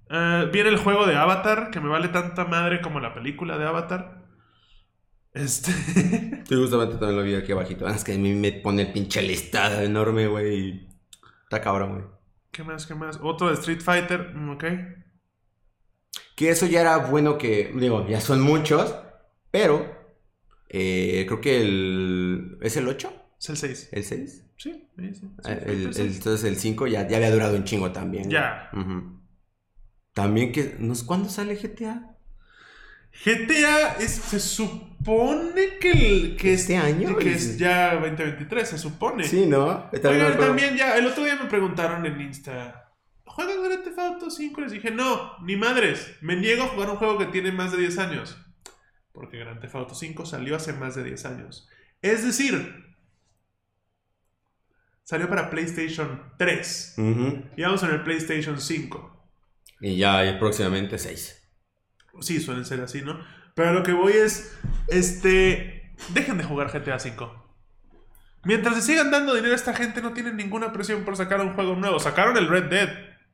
Speaker 1: Eh, viene el juego de Avatar, que me vale tanta madre como la película de Avatar. Este. [laughs]
Speaker 2: Sí, justamente también lo vi aquí abajito. Ah, Es que a mí me pone pinche listada enorme, güey. y Está cabrón, güey.
Speaker 1: ¿Qué más? ¿Qué más? Otro de Street Fighter. mm, Ok.
Speaker 2: Que eso ya era bueno que, digo, ya son muchos, pero eh, creo que el... ¿Es el 8?
Speaker 1: Es el 6.
Speaker 2: ¿El 6?
Speaker 1: Sí, ahí sí, Street
Speaker 2: El-
Speaker 1: Fighter
Speaker 2: Eh, el-
Speaker 1: 6.
Speaker 2: entonces el 5 ya, ya había durado un chingo también. güey.
Speaker 1: Ya.
Speaker 2: Ujú. También que... ¿no? sé, ¿Cuándo sale GTA?
Speaker 1: GTA es- se supone que, el, que es-
Speaker 2: ¿Este año?
Speaker 1: Que es ya 2023, se supone.
Speaker 2: Sí, ¿no? También me
Speaker 1: Oigan,
Speaker 2: acuerdo.
Speaker 1: también ya, el otro día me preguntaron en Insta, ¿juegan Grand Theft Auto 5? Les dije, no, ni madres, me niego a jugar un juego que tiene más de 10 años. Porque Grand Theft Auto 5 salió hace más de 10 años. Es decir, salió para PlayStation 3.
Speaker 2: Ujú.
Speaker 1: Y vamos en el PlayStation 5.
Speaker 2: Y ya eh, próximamente 6.
Speaker 1: Sí, suelen ser así, ¿no? Pero lo que voy es, este, dejen de jugar GTA 5. Mientras le sigan dando dinero a esta gente, no tienen ninguna presión por sacar un juego nuevo. Sacaron el Red Dead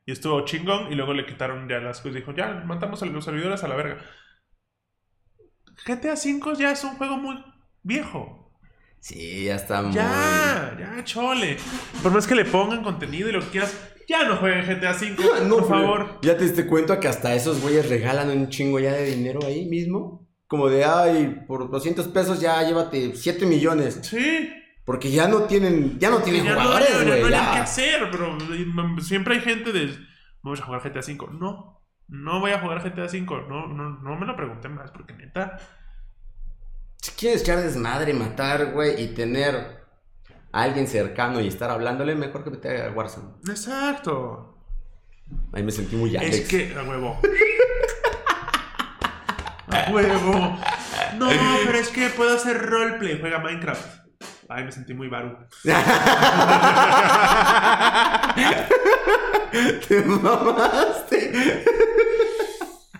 Speaker 1: y estuvo chingón y luego le quitaron ya las cosas. Dijo, ya, matamos a los servidores a la verga. GTA 5 ya es un juego muy Viejo.
Speaker 2: Sí, ya está muy.
Speaker 1: Ya, ya, chole. Por más que le pongan contenido y lo que quieras, ya no jueguen GTA
Speaker 2: [laughs]
Speaker 1: V,
Speaker 2: Ah, No,
Speaker 1: por
Speaker 2: güey.
Speaker 1: favor.
Speaker 2: Ya te diste cuenta que hasta esos güeyes regalan un chingo ya de dinero ahí mismo. Como de, ay, por 200 pesos ya llévate 7 millones.
Speaker 1: Sí.
Speaker 2: Porque ya no tienen, ya no tienen
Speaker 1: Ya no,
Speaker 2: jugadores,
Speaker 1: ya no, ya
Speaker 2: güey.
Speaker 1: no hay
Speaker 2: ya.
Speaker 1: nada que hacer, pero y, mm, siempre hay gente de. Vamos a jugar GTA V. No, no voy a jugar GTA V. No, no, no me lo pregunten más, porque neta.
Speaker 2: Si quieres echar desmadre, matar, güey, y tener a alguien cercano y estar hablándole, mejor que te a Warzone.
Speaker 1: Exacto.
Speaker 2: Ahí me sentí muy Alex.
Speaker 1: Es que, a huevo. A huevo. No, pero es que puedo hacer roleplay. Juega Minecraft. Ay, me sentí muy baru.
Speaker 2: [laughs] Te mamaste.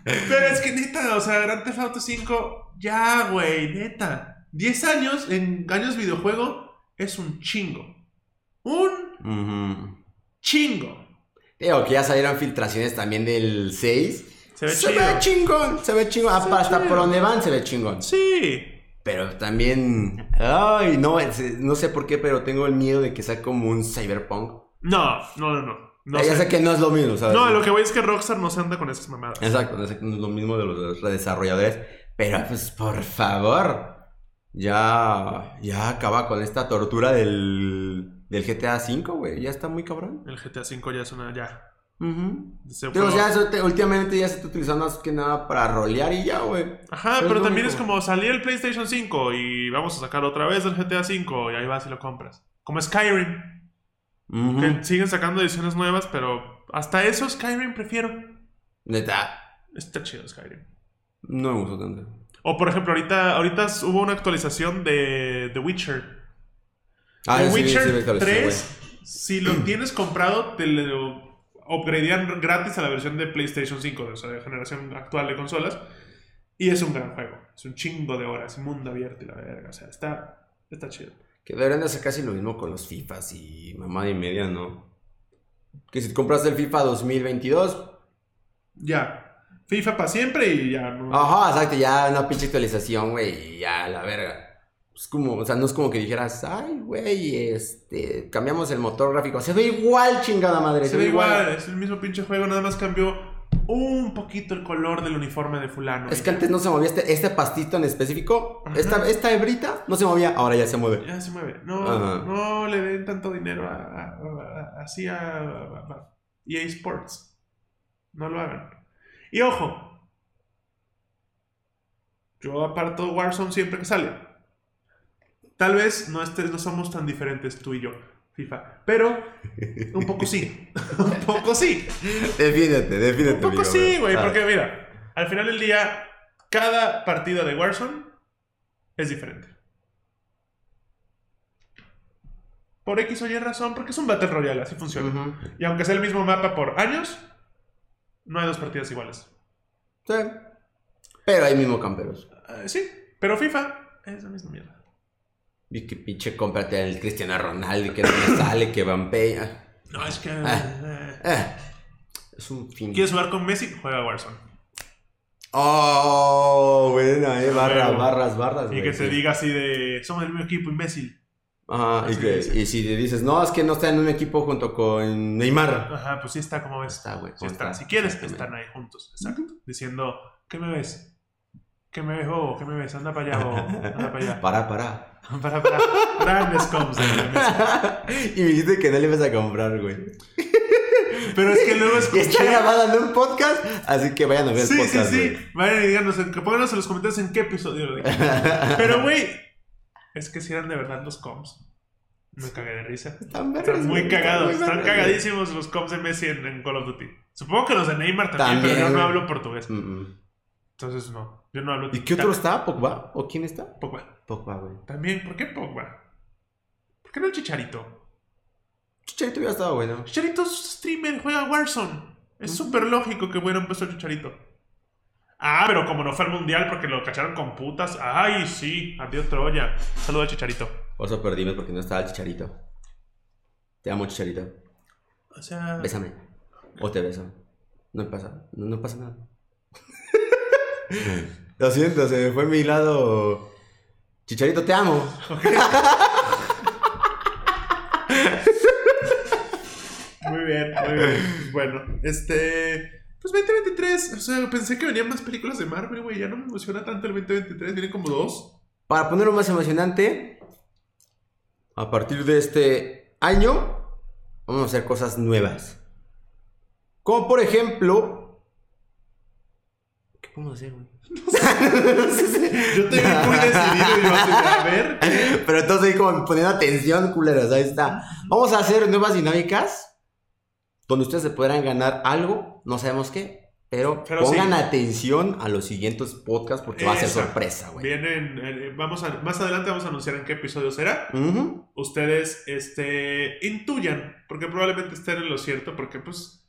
Speaker 1: Pero es que neta, o sea, Grand Theft Auto 5, ya, güey, neta. 10 años en años videojuego es un chingo. Un
Speaker 2: Ujú.
Speaker 1: chingo.
Speaker 2: Digo que ya salieron filtraciones también del 6.
Speaker 1: Se ve chido.
Speaker 2: chingón, se ve chingón. Ah,
Speaker 1: Se ve
Speaker 2: pa- hasta
Speaker 1: chido.
Speaker 2: por donde van se ve chingón.
Speaker 1: Sí.
Speaker 2: Pero también. Ay, no, es- no sé por qué, pero tengo el miedo de que sea como un cyberpunk. Ah,
Speaker 1: No, no, no, no. No,
Speaker 2: ya
Speaker 1: sé.
Speaker 2: sé que no es lo mismo, ¿sabes?
Speaker 1: No, a lo que voy es que Rockstar no se anda con esas mamadas.
Speaker 2: Exacto, no sé que no es lo mismo de los desarrolladores. Pero pues por favor. Ya. Ya acaba con esta tortura del. del GTA V, güey. Ya está muy cabrón.
Speaker 1: El GTA 5 ya es una. Ya.
Speaker 2: Ujú.
Speaker 1: Se
Speaker 2: Digo,
Speaker 1: fue-
Speaker 2: ya eso te- últimamente ya se está utilizando más que nada para rolear y ya, güey.
Speaker 1: Ajá,
Speaker 2: es
Speaker 1: pero
Speaker 2: lo
Speaker 1: también es
Speaker 2: único.
Speaker 1: como salir el PlayStation 5 y vamos a sacar otra vez el GTA 5 y ahí vas y lo compras. Como Skyrim,
Speaker 2: Ujú.
Speaker 1: que siguen sacando ediciones nuevas, pero hasta eso Skyrim prefiero.
Speaker 2: Neta.
Speaker 1: Está chido Skyrim.
Speaker 2: No me gustó tanto.
Speaker 1: O por ejemplo, ahorita, ahorita hubo una actualización de The Witcher.
Speaker 2: Ah,
Speaker 1: The
Speaker 2: sí, sí,
Speaker 1: Witcher
Speaker 2: sí, me actualicé, güey.
Speaker 1: 3, si
Speaker 2: [clears throat]
Speaker 1: lo tienes comprado, te lo upgradean gratis a la versión de PlayStation 5, o sea, de generación actual de consolas. Y es un gran juego. Es un chingo de horas, mundo abierto y la verga. O sea, está, está chido.
Speaker 2: Que deberían de hacer casi lo mismo con los FIFAs y mamada y media, ¿no? Que si compraste el FIFA 2022,
Speaker 1: Ya. FIFA para siempre y ya. No.
Speaker 2: ajá, exacto, ya una pinche actualización, güey, y ya la verga. Es como, o sea, no es como que dijeras, ay, güey, este, cambiamos el motor gráfico. Se ve igual, chingada madre.
Speaker 1: Se ve igual, es el mismo pinche juego, nada más cambió un poquito el color del uniforme de fulano.
Speaker 2: Es que antes no se movía este, este pastito en específico,
Speaker 1: Ajá.
Speaker 2: esta, esta hebrita no se movía, ahora ya se mueve.
Speaker 1: Ya se mueve. No,
Speaker 2: Ajá.
Speaker 1: no le den tanto dinero a, a- a- así a, a- a EA Sports. No lo hagan. Y ojo. Yo aparto Warzone siempre que sale. Tal vez no estés, no somos tan diferentes tú y yo, FIFA. Pero un poco sí. [laughs] un poco sí.
Speaker 2: Defínete, defínete.
Speaker 1: Un poco
Speaker 2: amigo,
Speaker 1: sí, güey.
Speaker 2: Ah,
Speaker 1: Porque mira, al final del día, cada partida de Warzone es diferente. Por X o Y razón, porque es un Battle Royale, así funciona.
Speaker 2: ujú.
Speaker 1: Y aunque sea el mismo mapa por años, no hay dos partidas iguales.
Speaker 2: Sí. Pero hay mismo camperos.
Speaker 1: Eh, sí, pero FIFA es la misma mierda.
Speaker 2: Y que pinche cómprate al Cristiano Ronaldo que no me sale, que vampea.
Speaker 1: No, es que. eh,
Speaker 2: Ah, es un fin.
Speaker 1: ¿Quieres jugar con Messi? Juega Warzone.
Speaker 2: Oh, bueno, eh, barra,
Speaker 1: Ah, Bueno.
Speaker 2: barras, barras.
Speaker 1: Y
Speaker 2: güey,
Speaker 1: que te
Speaker 2: sí.
Speaker 1: diga así de. Somos del mismo equipo, imbécil.
Speaker 2: Ajá, y,
Speaker 1: Sí,
Speaker 2: que-
Speaker 1: sí.
Speaker 2: y si le dices, no, es que no está en un equipo junto con Neymar.
Speaker 1: Ajá, pues sí está, como ves?
Speaker 2: Está, güey.
Speaker 1: Sí
Speaker 2: ¿cómo
Speaker 1: están,
Speaker 2: está?
Speaker 1: si quieres,
Speaker 2: Exactamente.
Speaker 1: están ahí juntos, exacto. Diciendo, ¿qué me ves? ¿Qué me ves, bobo? ¿Qué me ves? Anda para
Speaker 2: [laughs]
Speaker 1: allá, bobo. Anda para allá. [laughs]
Speaker 2: Para, para. [laughs]
Speaker 1: Para, para. Grandes comps. de la mesa.
Speaker 2: y me dijiste que no le ibas a comprar, güey.
Speaker 1: Pero es que luego
Speaker 2: Y está
Speaker 1: escuché.
Speaker 2: grabada en un podcast, así que vayan a ver el
Speaker 1: Sí, sí,
Speaker 2: podcast.
Speaker 1: sí.
Speaker 2: güey. [laughs]
Speaker 1: Vayan y díganos, en- que pónganos en los comentarios en qué episodio. de- Pero, güey, es que si eran de verdad los comps. Me cagué de risa.
Speaker 2: Están, vergas,
Speaker 1: Están muy
Speaker 2: güey,
Speaker 1: cagados.
Speaker 2: muy
Speaker 1: Están
Speaker 2: vergas,
Speaker 1: cagadísimos los comps de Messi en, en Call of Duty. Supongo que los de Neymar también,
Speaker 2: También,
Speaker 1: pero yo no
Speaker 2: güey.
Speaker 1: hablo portugués.
Speaker 2: güey. Mm, mm.
Speaker 1: Entonces, no. Yo no hablo.
Speaker 2: ¿Y qué otro está? ¿Pogba? ¿O quién está?
Speaker 1: Pogba.
Speaker 2: Pogba, ah, güey.
Speaker 1: También, ¿por qué Pogba? ¿Por qué no el Chicharito?
Speaker 2: Chicharito hubiera estado bueno.
Speaker 1: Chicharito es streamer, juega Warzone. Es
Speaker 2: Ujú.
Speaker 1: súper lógico que hubiera empezado el Chicharito. Ah, pero como no fue al mundial porque lo cacharon con putas. Ay, sí, adiós Troya. Saludos a Chicharito.
Speaker 2: Oso, pero dime por qué no estaba el chicharito. Te amo, chicharito.
Speaker 1: O sea,
Speaker 2: Bésame. O te beso. No pasa, no, no pasa nada. Lo siento, se me fue mi lado Chicharito, te amo.
Speaker 1: Muy bien, muy bien. [laughs] Pues bueno, este. Pues 2023. O sea, pensé que venían más películas de Marvel, güey. Ya no me emociona tanto el 2023. Vienen como dos.
Speaker 2: Para ponerlo más emocionante, a partir de este año, vamos a hacer cosas nuevas. Como por ejemplo. ¿Qué podemos hacer, güey? [laughs]
Speaker 1: Yo te vi muy decidido y yo así de, a ver.
Speaker 2: [laughs] Pero entonces ahí como poniendo atención, culeros, ahí está. Vamos a hacer nuevas dinámicas donde ustedes se podrán ganar algo, no sabemos qué, pero,
Speaker 1: Pero
Speaker 2: pongan
Speaker 1: sí.
Speaker 2: atención a los siguientes podcasts porque va a ser
Speaker 1: Esa.
Speaker 2: sorpresa, güey.
Speaker 1: Vienen. eh, vamos a, más adelante vamos a anunciar en qué episodio será.
Speaker 2: Ujú.
Speaker 1: ustedes este, intuyan, porque probablemente estén en lo cierto, porque pues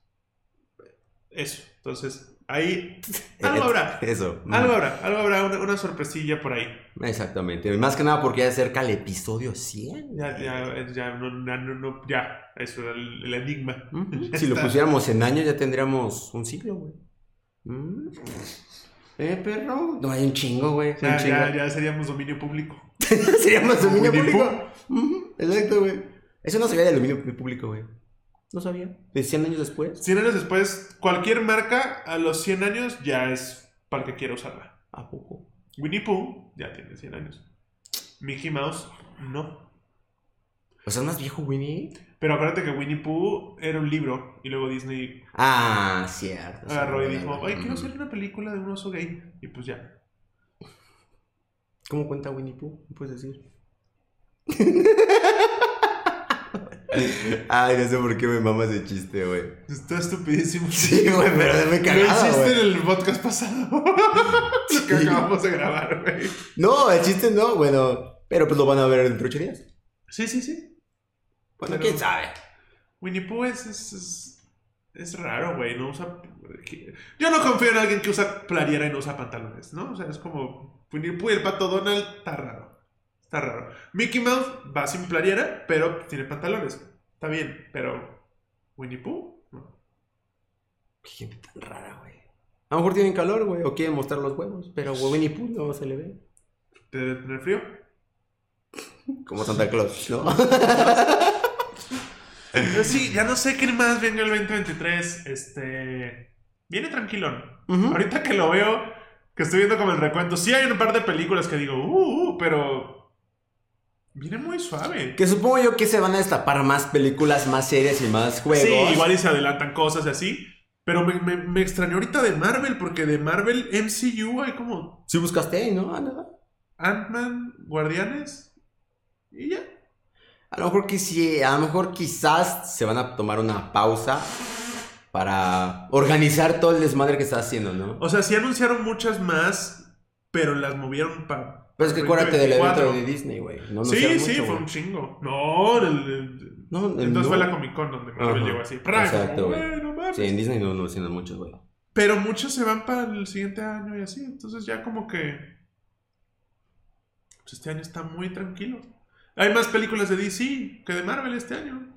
Speaker 1: eso. Entonces, ahí algo habrá,
Speaker 2: [laughs] Eso.
Speaker 1: algo habrá, algo habrá, una, una sorpresilla por ahí.
Speaker 2: Exactamente. Más que nada porque ya se acerca el episodio 100.
Speaker 1: Ya, ya, eh, ya, no, no, no, no, ya, eso era el, el enigma.
Speaker 2: Ujú.
Speaker 1: [laughs] Ya
Speaker 2: Si lo
Speaker 1: está.
Speaker 2: pusiéramos en años ya tendríamos un siglo, güey. Mm. Eh, perro. No, hay un chingo, güey.
Speaker 1: Ya,
Speaker 2: un chingo.
Speaker 1: ya, ya seríamos dominio público.
Speaker 2: [laughs] Seríamos dominio
Speaker 1: Winnie
Speaker 2: público. Ujú, Exacto, güey. Eso no sabía de dominio público, güey. No sabía. De 100 años después.
Speaker 1: 100 años después, cualquier marca a los 100 años ya es para el que quiera usarla.
Speaker 2: ¿A poco?
Speaker 1: Winnie Pooh ya tiene 100 años. Mickey Mouse, no.
Speaker 2: O sea, más viejo, Winnie.
Speaker 1: Pero acuérdate que Winnie Pooh era un libro y luego Disney
Speaker 2: Ah, cierto.
Speaker 1: agarró y
Speaker 2: sí,
Speaker 1: dijo,
Speaker 2: güey.
Speaker 1: oye, quiero hacer una película de un oso gay. Y pues ya.
Speaker 2: ¿Cómo cuenta Winnie Pooh? ¿Me puedes [laughs] decir? Ay, no sé por qué me mamas ese chiste, [laughs] güey.
Speaker 1: Pues, Está estupidísimo.
Speaker 2: Sí, güey, pero déjame
Speaker 1: Lo
Speaker 2: cagado,
Speaker 1: hiciste
Speaker 2: güey.
Speaker 1: en el podcast pasado. [laughs] Lo que
Speaker 2: Sí.
Speaker 1: acabamos de grabar, güey.
Speaker 2: No, el chiste no, bueno. Pero pues lo van a ver dentro de ocho días.
Speaker 1: Sí, sí, sí.
Speaker 2: Bueno,
Speaker 1: Pero-
Speaker 2: quién sabe.
Speaker 1: Winnie Pooh es, es, es, es raro, güey. No usa... Yo no confío en alguien que usa playera y no usa pantalones, ¿no? O sea, es como... Winnie Pooh y el pato Donald está raro. Está raro. Mickey Mouse va sin playera, pero tiene pantalones. Está bien, pero... Winnie Pooh, no.
Speaker 2: Qué gente tan rara, güey. A lo mejor tienen calor, güey, o quieren mostrar los huevos, pero güey, Winnie Pooh no se le ve.
Speaker 1: ¿Te debe tener frío?
Speaker 2: Como Santa Claus, ¿no?
Speaker 1: Pero sí, ya no sé qué más venga el 2023. Este. Viene tranquilón.
Speaker 2: Ujú.
Speaker 1: Ahorita que lo veo, que estoy viendo como el recuento, sí hay un par de películas que digo, uh, uh, pero. Viene muy suave.
Speaker 2: Que supongo yo que se van a destapar más películas, más series y más juegos.
Speaker 1: Sí, igual y se adelantan cosas y así. Pero me, me, me extrañó ahorita de Marvel, porque de Marvel MCU hay como
Speaker 2: Si buscaste, ¿no? Ah, nada.
Speaker 1: Ant-Man, Guardianes. Y ya.
Speaker 2: A lo mejor que sí, a lo mejor quizás se van a tomar una pausa para organizar todo el desmadre que está haciendo, ¿no?
Speaker 1: O sea, sí anunciaron muchas más, pero las movieron para.
Speaker 2: Pero Pues es que acuérdate del
Speaker 1: 2024.
Speaker 2: evento de Disney, güey. No,
Speaker 1: sí,
Speaker 2: anunciaron
Speaker 1: sí,
Speaker 2: mucho,
Speaker 1: fue
Speaker 2: güey.
Speaker 1: un chingo. No, el- el-
Speaker 2: No, el-
Speaker 1: entonces
Speaker 2: no.
Speaker 1: fue la Comic Con donde Marvel
Speaker 2: Ajá.
Speaker 1: llegó así.
Speaker 2: Exacto,
Speaker 1: Exacto,
Speaker 2: güey. Sí, en Disney no anuncian mucho, güey.
Speaker 1: Pero muchos se van para el siguiente año y así. Entonces ya como que. Pues este año está muy tranquilo. Hay más películas de DC que de Marvel este año.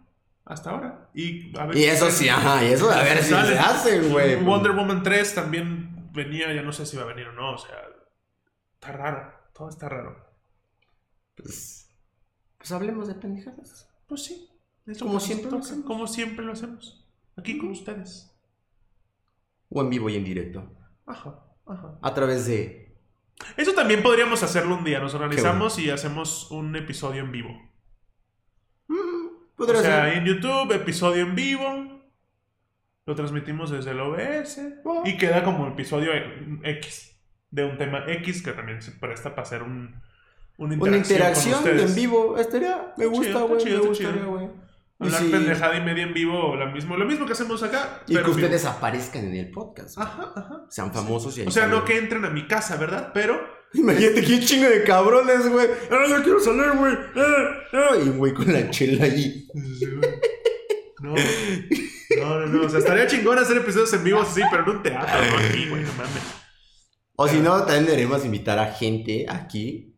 Speaker 1: Hasta ahora. Y, a ver
Speaker 2: Y
Speaker 1: si
Speaker 2: eso
Speaker 1: sale.
Speaker 2: sí, ajá, y eso a ver si se
Speaker 1: Sale.
Speaker 2: hacen, güey.
Speaker 1: Wonder Woman 3 también venía, ya no sé si va a venir o no. O sea, está raro. Todo está raro.
Speaker 2: Pues, pues hablemos de pendejadas.
Speaker 1: Pues sí. es lo
Speaker 2: Como
Speaker 1: que nos
Speaker 2: siempre lo
Speaker 1: toca,
Speaker 2: hacemos.
Speaker 1: Como siempre lo hacemos. Aquí con ustedes.
Speaker 2: O en vivo y en directo.
Speaker 1: Ajá, ajá.
Speaker 2: A través de.
Speaker 1: Eso también podríamos hacerlo un día. Nos organizamos y hacemos un episodio en vivo.
Speaker 2: Mm,
Speaker 1: O
Speaker 2: podría
Speaker 1: sea,
Speaker 2: ser.
Speaker 1: en YouTube, episodio en vivo. Lo transmitimos desde el OBS.
Speaker 2: Wow.
Speaker 1: Y queda como episodio e- X. De un tema X que también se presta para hacer un, una interacción.
Speaker 2: Una
Speaker 1: con
Speaker 2: interacción
Speaker 1: ustedes.
Speaker 2: en vivo. Estaría. Me
Speaker 1: Está chido, está chido,
Speaker 2: gusta, güey. Me
Speaker 1: está
Speaker 2: gustaría,
Speaker 1: chido.
Speaker 2: güey. Y,
Speaker 1: Hablar
Speaker 2: sí,
Speaker 1: pendejada y media en vivo, o la mismo, lo mismo que hacemos acá.
Speaker 2: y
Speaker 1: pero
Speaker 2: que
Speaker 1: en vivo.
Speaker 2: ustedes aparezcan en el podcast. güey.
Speaker 1: Ajá, ajá.
Speaker 2: Sean famosos y ahí
Speaker 1: O sea, no
Speaker 2: salgan.
Speaker 1: que entren a mi casa, ¿verdad? Pero
Speaker 2: Imagínate qué chingo de cabrones, güey. Ah, no quiero salir, güey. Ah, ah. Y un güey con la chela ahí.
Speaker 1: [laughs] No, no, no, no. O sea, estaría chingón hacer episodios en vivo, sí, pero en un teatro, no aquí, güey, no mames.
Speaker 2: O si no, también deberemos invitar a gente aquí.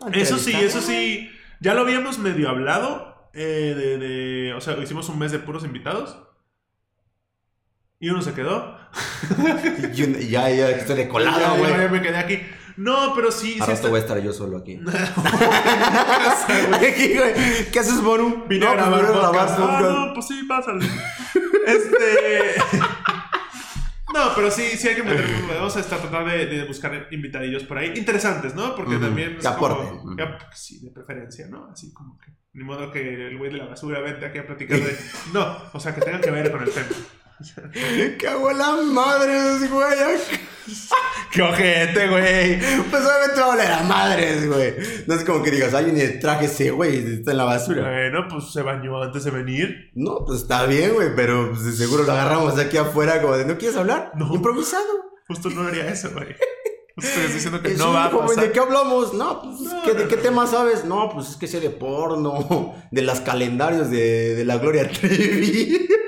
Speaker 2: a
Speaker 1: Eso sí,
Speaker 2: entrevistar.
Speaker 1: eso sí. Ya lo habíamos medio hablado. eh, de, de- o sea, hicimos un mes de puros invitados. Y uno se quedó.
Speaker 2: Y un- y ya, ya estoy de
Speaker 1: Ya,
Speaker 2: colado,
Speaker 1: ya,
Speaker 2: güey.
Speaker 1: ya me quedé aquí. No, pero sí, sí
Speaker 2: Al rato
Speaker 1: está-
Speaker 2: voy a estar yo solo aquí.
Speaker 1: [laughs] Casa, güey.
Speaker 2: [laughs] Aquí, güey. ¿Qué haces, Boru?
Speaker 1: Vine a
Speaker 2: No, pues,
Speaker 1: grabar
Speaker 2: voy a
Speaker 1: podcast.
Speaker 2: grabar,
Speaker 1: Ah,
Speaker 2: podcast.
Speaker 1: no, pues sí, pásale. [laughs] este. No, pero sí, sí hay que meter
Speaker 2: Eh.
Speaker 1: un dedo, o sea, está tratar de, de buscar invitadillos por ahí. Interesantes, ¿no? Porque
Speaker 2: Ujú,
Speaker 1: también. es
Speaker 2: que
Speaker 1: como-
Speaker 2: aporten.
Speaker 1: que ap- sí, de preferencia, ¿no? Así como que. Ni modo que el güey de la basura vente aquí a platicar
Speaker 2: [laughs]
Speaker 1: de. No, o sea, que tengan que ver con el tema.
Speaker 2: ¡Qué la madres, güey!
Speaker 1: ¡Qué ojete, güey!
Speaker 2: Pues obviamente va a oler a madres, güey. No es como que digas, hay un traje ese, güey, está en la basura.
Speaker 1: Bueno, pues se bañó antes de venir.
Speaker 2: No, pues está bien, güey, pero pues, de seguro lo agarramos aquí afuera como de, ¿no quieres hablar?
Speaker 1: No.
Speaker 2: Improvisado.
Speaker 1: Justo no haría eso,
Speaker 2: [laughs]
Speaker 1: güey. Justo estoy diciendo que
Speaker 2: Es
Speaker 1: no
Speaker 2: un
Speaker 1: va a
Speaker 2: joven,
Speaker 1: pasar.
Speaker 2: ¿De qué hablamos? No, pues,
Speaker 1: No,
Speaker 2: ¿qué,
Speaker 1: no,
Speaker 2: ¿de qué
Speaker 1: no.
Speaker 2: tema sabes? No, pues es que sé de porno, [laughs] de las calendarios de, de la Gloria Trevi. [laughs]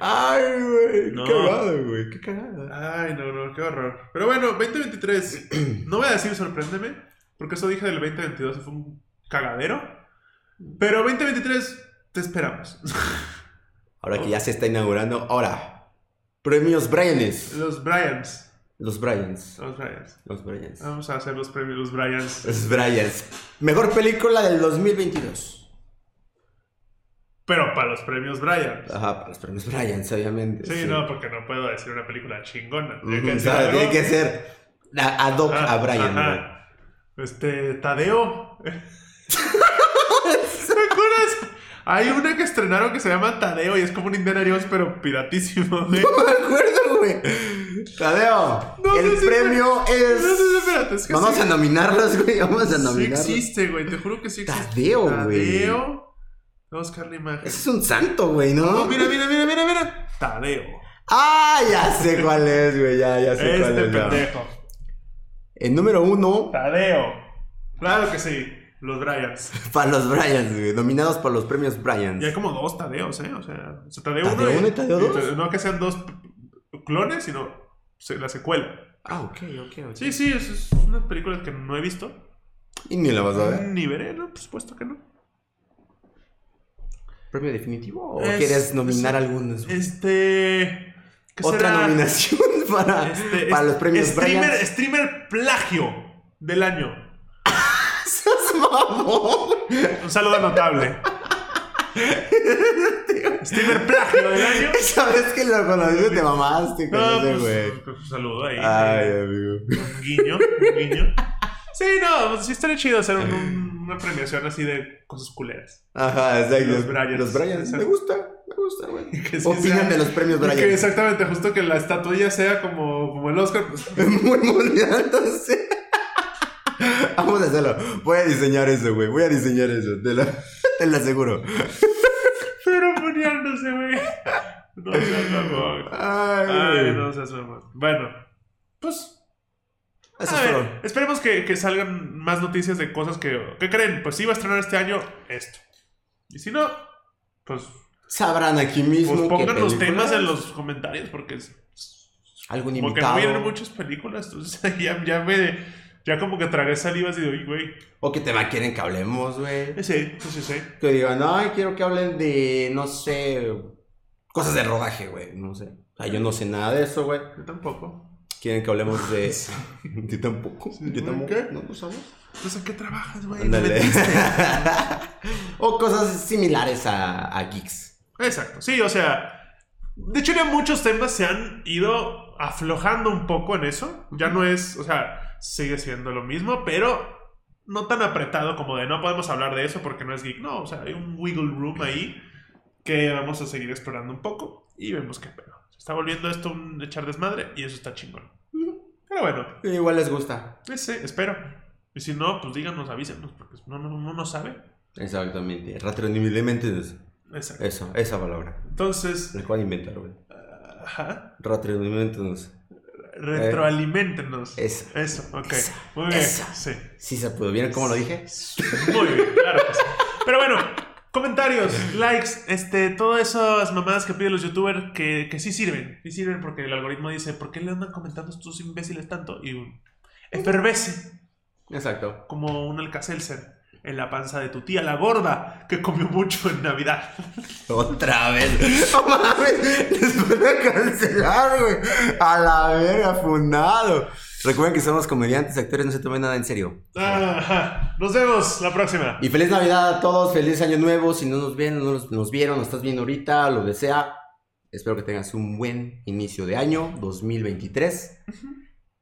Speaker 2: Ay, güey,
Speaker 1: No.
Speaker 2: qué cagado, güey, qué cagado.
Speaker 1: Ay, no, no, qué horror. Pero bueno,
Speaker 2: [clears throat]
Speaker 1: 2023. no voy a decir sorpréndeme, porque eso dije del 2022 y fue un cagadero. Pero 2023, te esperamos. [laughs]
Speaker 2: Ahora que ya se está inaugurando, ahora, premios Bryans.
Speaker 1: Los Bryans.
Speaker 2: Los Bryans.
Speaker 1: Los Bryans.
Speaker 2: Los Bryans.
Speaker 1: Vamos a hacer los premios Los Bryans.
Speaker 2: Los Bryans. Mejor película del 2022.
Speaker 1: Pero para los premios Bryans.
Speaker 2: Ajá, para los premios Bryans, obviamente.
Speaker 1: Sí, no, porque no puedo decir una película chingona. Tiene
Speaker 2: Ujú, o
Speaker 1: que
Speaker 2: sea,
Speaker 1: ser
Speaker 2: tiene
Speaker 1: algo-
Speaker 2: que ser la- ad hoc
Speaker 1: Ajá,
Speaker 2: a Brian.
Speaker 1: Ah, ajá.
Speaker 2: güey.
Speaker 1: Este, Tadeo. ¿Te acuerdas? Hay una que estrenaron que se llama Tadeo y es como un Indiana Jones, pero piratísimo, ¿eh? güey.
Speaker 2: [laughs] No me acuerdo, güey. Tadeo,
Speaker 1: No,
Speaker 2: el
Speaker 1: no, sí,
Speaker 2: premio es.
Speaker 1: No, no, no, espérate, es que
Speaker 2: Vamos
Speaker 1: sí,
Speaker 2: a nominarlos, güey. Vamos a
Speaker 1: sí
Speaker 2: nominarlos.
Speaker 1: existe, güey, te juro que sí existe.
Speaker 2: Tadeo, güey.
Speaker 1: Tadeo. Vamos a buscar la imagen.
Speaker 2: Ese es un santo, güey, ¿no?
Speaker 1: No, mira, mira, mira, mira, mira. Tadeo.
Speaker 2: Ah, ya sé cuál es, güey. Ya, ya sé cuál
Speaker 1: Este
Speaker 2: es. ya.
Speaker 1: pendejo.
Speaker 2: El número uno,
Speaker 1: Tadeo. Claro que sí. Los Bryans.
Speaker 2: para los Bryans, güey. Nominados por los premios Bryans.
Speaker 1: Y hay como dos Tadeos, ¿eh? O sea, o sea, Tadeo,
Speaker 2: ¿Tadeo
Speaker 1: uno,
Speaker 2: uno y Tadeo dos?
Speaker 1: No que sean dos p- clones, sino se- la secuela.
Speaker 2: Ah, ok, ok, ok.
Speaker 1: Sí, sí, es, es una película que no he visto.
Speaker 2: Y ni la vas a ver.
Speaker 1: Ni veré, ¿no? Por supuesto que no.
Speaker 2: ¿Premio definitivo? ¿O
Speaker 1: Es-
Speaker 2: quieres nominar
Speaker 1: es-
Speaker 2: algunos?
Speaker 1: Este. ¿qué
Speaker 2: Otra
Speaker 1: será?
Speaker 2: nominación [laughs] para,
Speaker 1: Este,
Speaker 2: para
Speaker 1: es-
Speaker 2: los premios
Speaker 1: streamer,
Speaker 2: Bryans. [laughs]
Speaker 1: streamer plagio del año.
Speaker 2: ¡Seas mamón!
Speaker 1: Un saludo
Speaker 2: [laughs]
Speaker 1: notable. streamer plagio del
Speaker 2: [laughs]
Speaker 1: año.
Speaker 2: Sabes que lo conociste, te mamaste con
Speaker 1: No,
Speaker 2: ese
Speaker 1: pues,
Speaker 2: güey.
Speaker 1: pues, un saludo ahí.
Speaker 2: Ay, amigo.
Speaker 1: Un guiño, un guiño. Sí, no, pues, sí estaría chido hacer un- un- una premiación así de cosas culeras.
Speaker 2: Ajá, exacto.
Speaker 1: Los Bryans.
Speaker 2: Los Bryans. Me
Speaker 1: Exacto.
Speaker 2: gusta, me gusta, güey.
Speaker 1: Que sí
Speaker 2: Opinan
Speaker 1: sea-
Speaker 2: de los premios Bryans.
Speaker 1: Que exactamente, justo que la estatuilla sea como, como el Oscar. pues,
Speaker 2: [laughs] Muy mundial, entonces. [laughs] Vamos a hacerlo. Voy a diseñar eso, güey. Voy a diseñar eso. Te lo, [laughs] te lo aseguro.
Speaker 1: pero poniéndose, güey. No seas mamón.
Speaker 2: Ay,
Speaker 1: Ay,
Speaker 2: güey.
Speaker 1: no seas mamón. Bueno, pues.
Speaker 2: Eso
Speaker 1: a
Speaker 2: es
Speaker 1: ver,
Speaker 2: todo.
Speaker 1: esperemos que, que salgan más noticias de cosas que. ¿Qué creen? Pues sí, va a estrenar este año esto. Y si no, pues,
Speaker 2: Sabrán aquí mismo.
Speaker 1: pues
Speaker 2: qué
Speaker 1: pongan los
Speaker 2: películas.
Speaker 1: temas en los comentarios porque es
Speaker 2: Algún
Speaker 1: Como que no
Speaker 2: invitado.
Speaker 1: vienen muchas películas, entonces [laughs] ya, ya me. Ya como que tragué salivas y digo, "Uy, güey,
Speaker 2: O que tema quieren que hablemos, güey.
Speaker 1: ese, pues ese.
Speaker 2: Que digan, ay, quiero que hablen de, no sé, cosas de rodaje, güey. No sé. O sea, yo no sé nada de eso, güey.
Speaker 1: Yo tampoco.
Speaker 2: Quieren que hablemos [laughs] de. yo tampoco.
Speaker 1: Sí,
Speaker 2: yo tampoco.
Speaker 1: ¿qué?
Speaker 2: No, no sabes.
Speaker 1: Entonces, ¿en qué trabajas, güey? No
Speaker 2: [laughs] Ándale.
Speaker 1: me dices.
Speaker 2: [laughs] o cosas similares a, a geeks.
Speaker 1: Exacto, sí, o sea. De hecho, ya muchos temas se han ido aflojando un poco en eso. Ya no es, o sea, sigue siendo lo mismo, pero no tan apretado como de no podemos hablar de eso porque no es geek. No, o sea, hay un wiggle room ahí que vamos a seguir explorando un poco y vemos qué pedo. Se está volviendo esto un echar desmadre y eso está chingón. Pero bueno,
Speaker 2: Igual les gusta.
Speaker 1: ese, espero. Y si no, pues díganos, avísenos, porque no, no, no, no sabe.
Speaker 2: Exactamente. Retroalimentense.
Speaker 1: Exacto.
Speaker 2: Eso, esa palabra.
Speaker 1: Entonces,
Speaker 2: La acabo de inventar, güey.
Speaker 1: ajá,
Speaker 2: Retroalimentense.
Speaker 1: retroalimentenos.
Speaker 2: Esa.
Speaker 1: Eso, ok.
Speaker 2: Esa,
Speaker 1: Muy bien.
Speaker 2: esa.
Speaker 1: Sí.
Speaker 2: Sí se pudo. ¿Vieron cómo lo dije?
Speaker 1: Muy bien, claro que sí. Pero bueno, comentarios, likes, este, todas esas mamadas que piden los youtubers que, que sí sirven. Sí sirven porque el algoritmo dice, ¿por qué le andan comentando estos imbéciles tanto? Y un- efervece
Speaker 2: Exacto.
Speaker 1: como un alcacelser. en la panza de tu tía, la gorda, que comió mucho en Navidad.
Speaker 2: Otra vez. No mames. Les van a cancelar, güey. A la verga, fundado. Recuerden que somos comediantes, actores, no se tomen nada en serio.
Speaker 1: Ah. Ajá. Nos vemos la próxima.
Speaker 2: Y feliz Navidad a todos, feliz año nuevo. Si no nos ven, no nos, nos vieron, nos estás viendo ahorita, lo que sea. Espero que tengas un buen inicio de año 2023.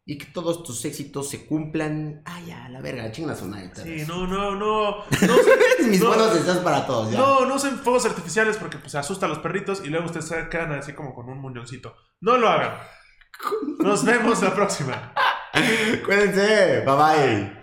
Speaker 2: Y que todos tus éxitos se cumplan. Ay, a la verga, chinga su madre. tal
Speaker 1: Sí,
Speaker 2: vez.
Speaker 1: no, no, no. No,
Speaker 2: [laughs] Mis
Speaker 1: no.
Speaker 2: buenos deseos para todos. ya.
Speaker 1: No, no usen fuegos artificiales porque pues, se asustan los perritos y luego ustedes se quedan así como con un muñoncito. No
Speaker 2: [laughs]
Speaker 1: lo hagan. Nos vemos la próxima.
Speaker 2: Cuídense. Bye bye.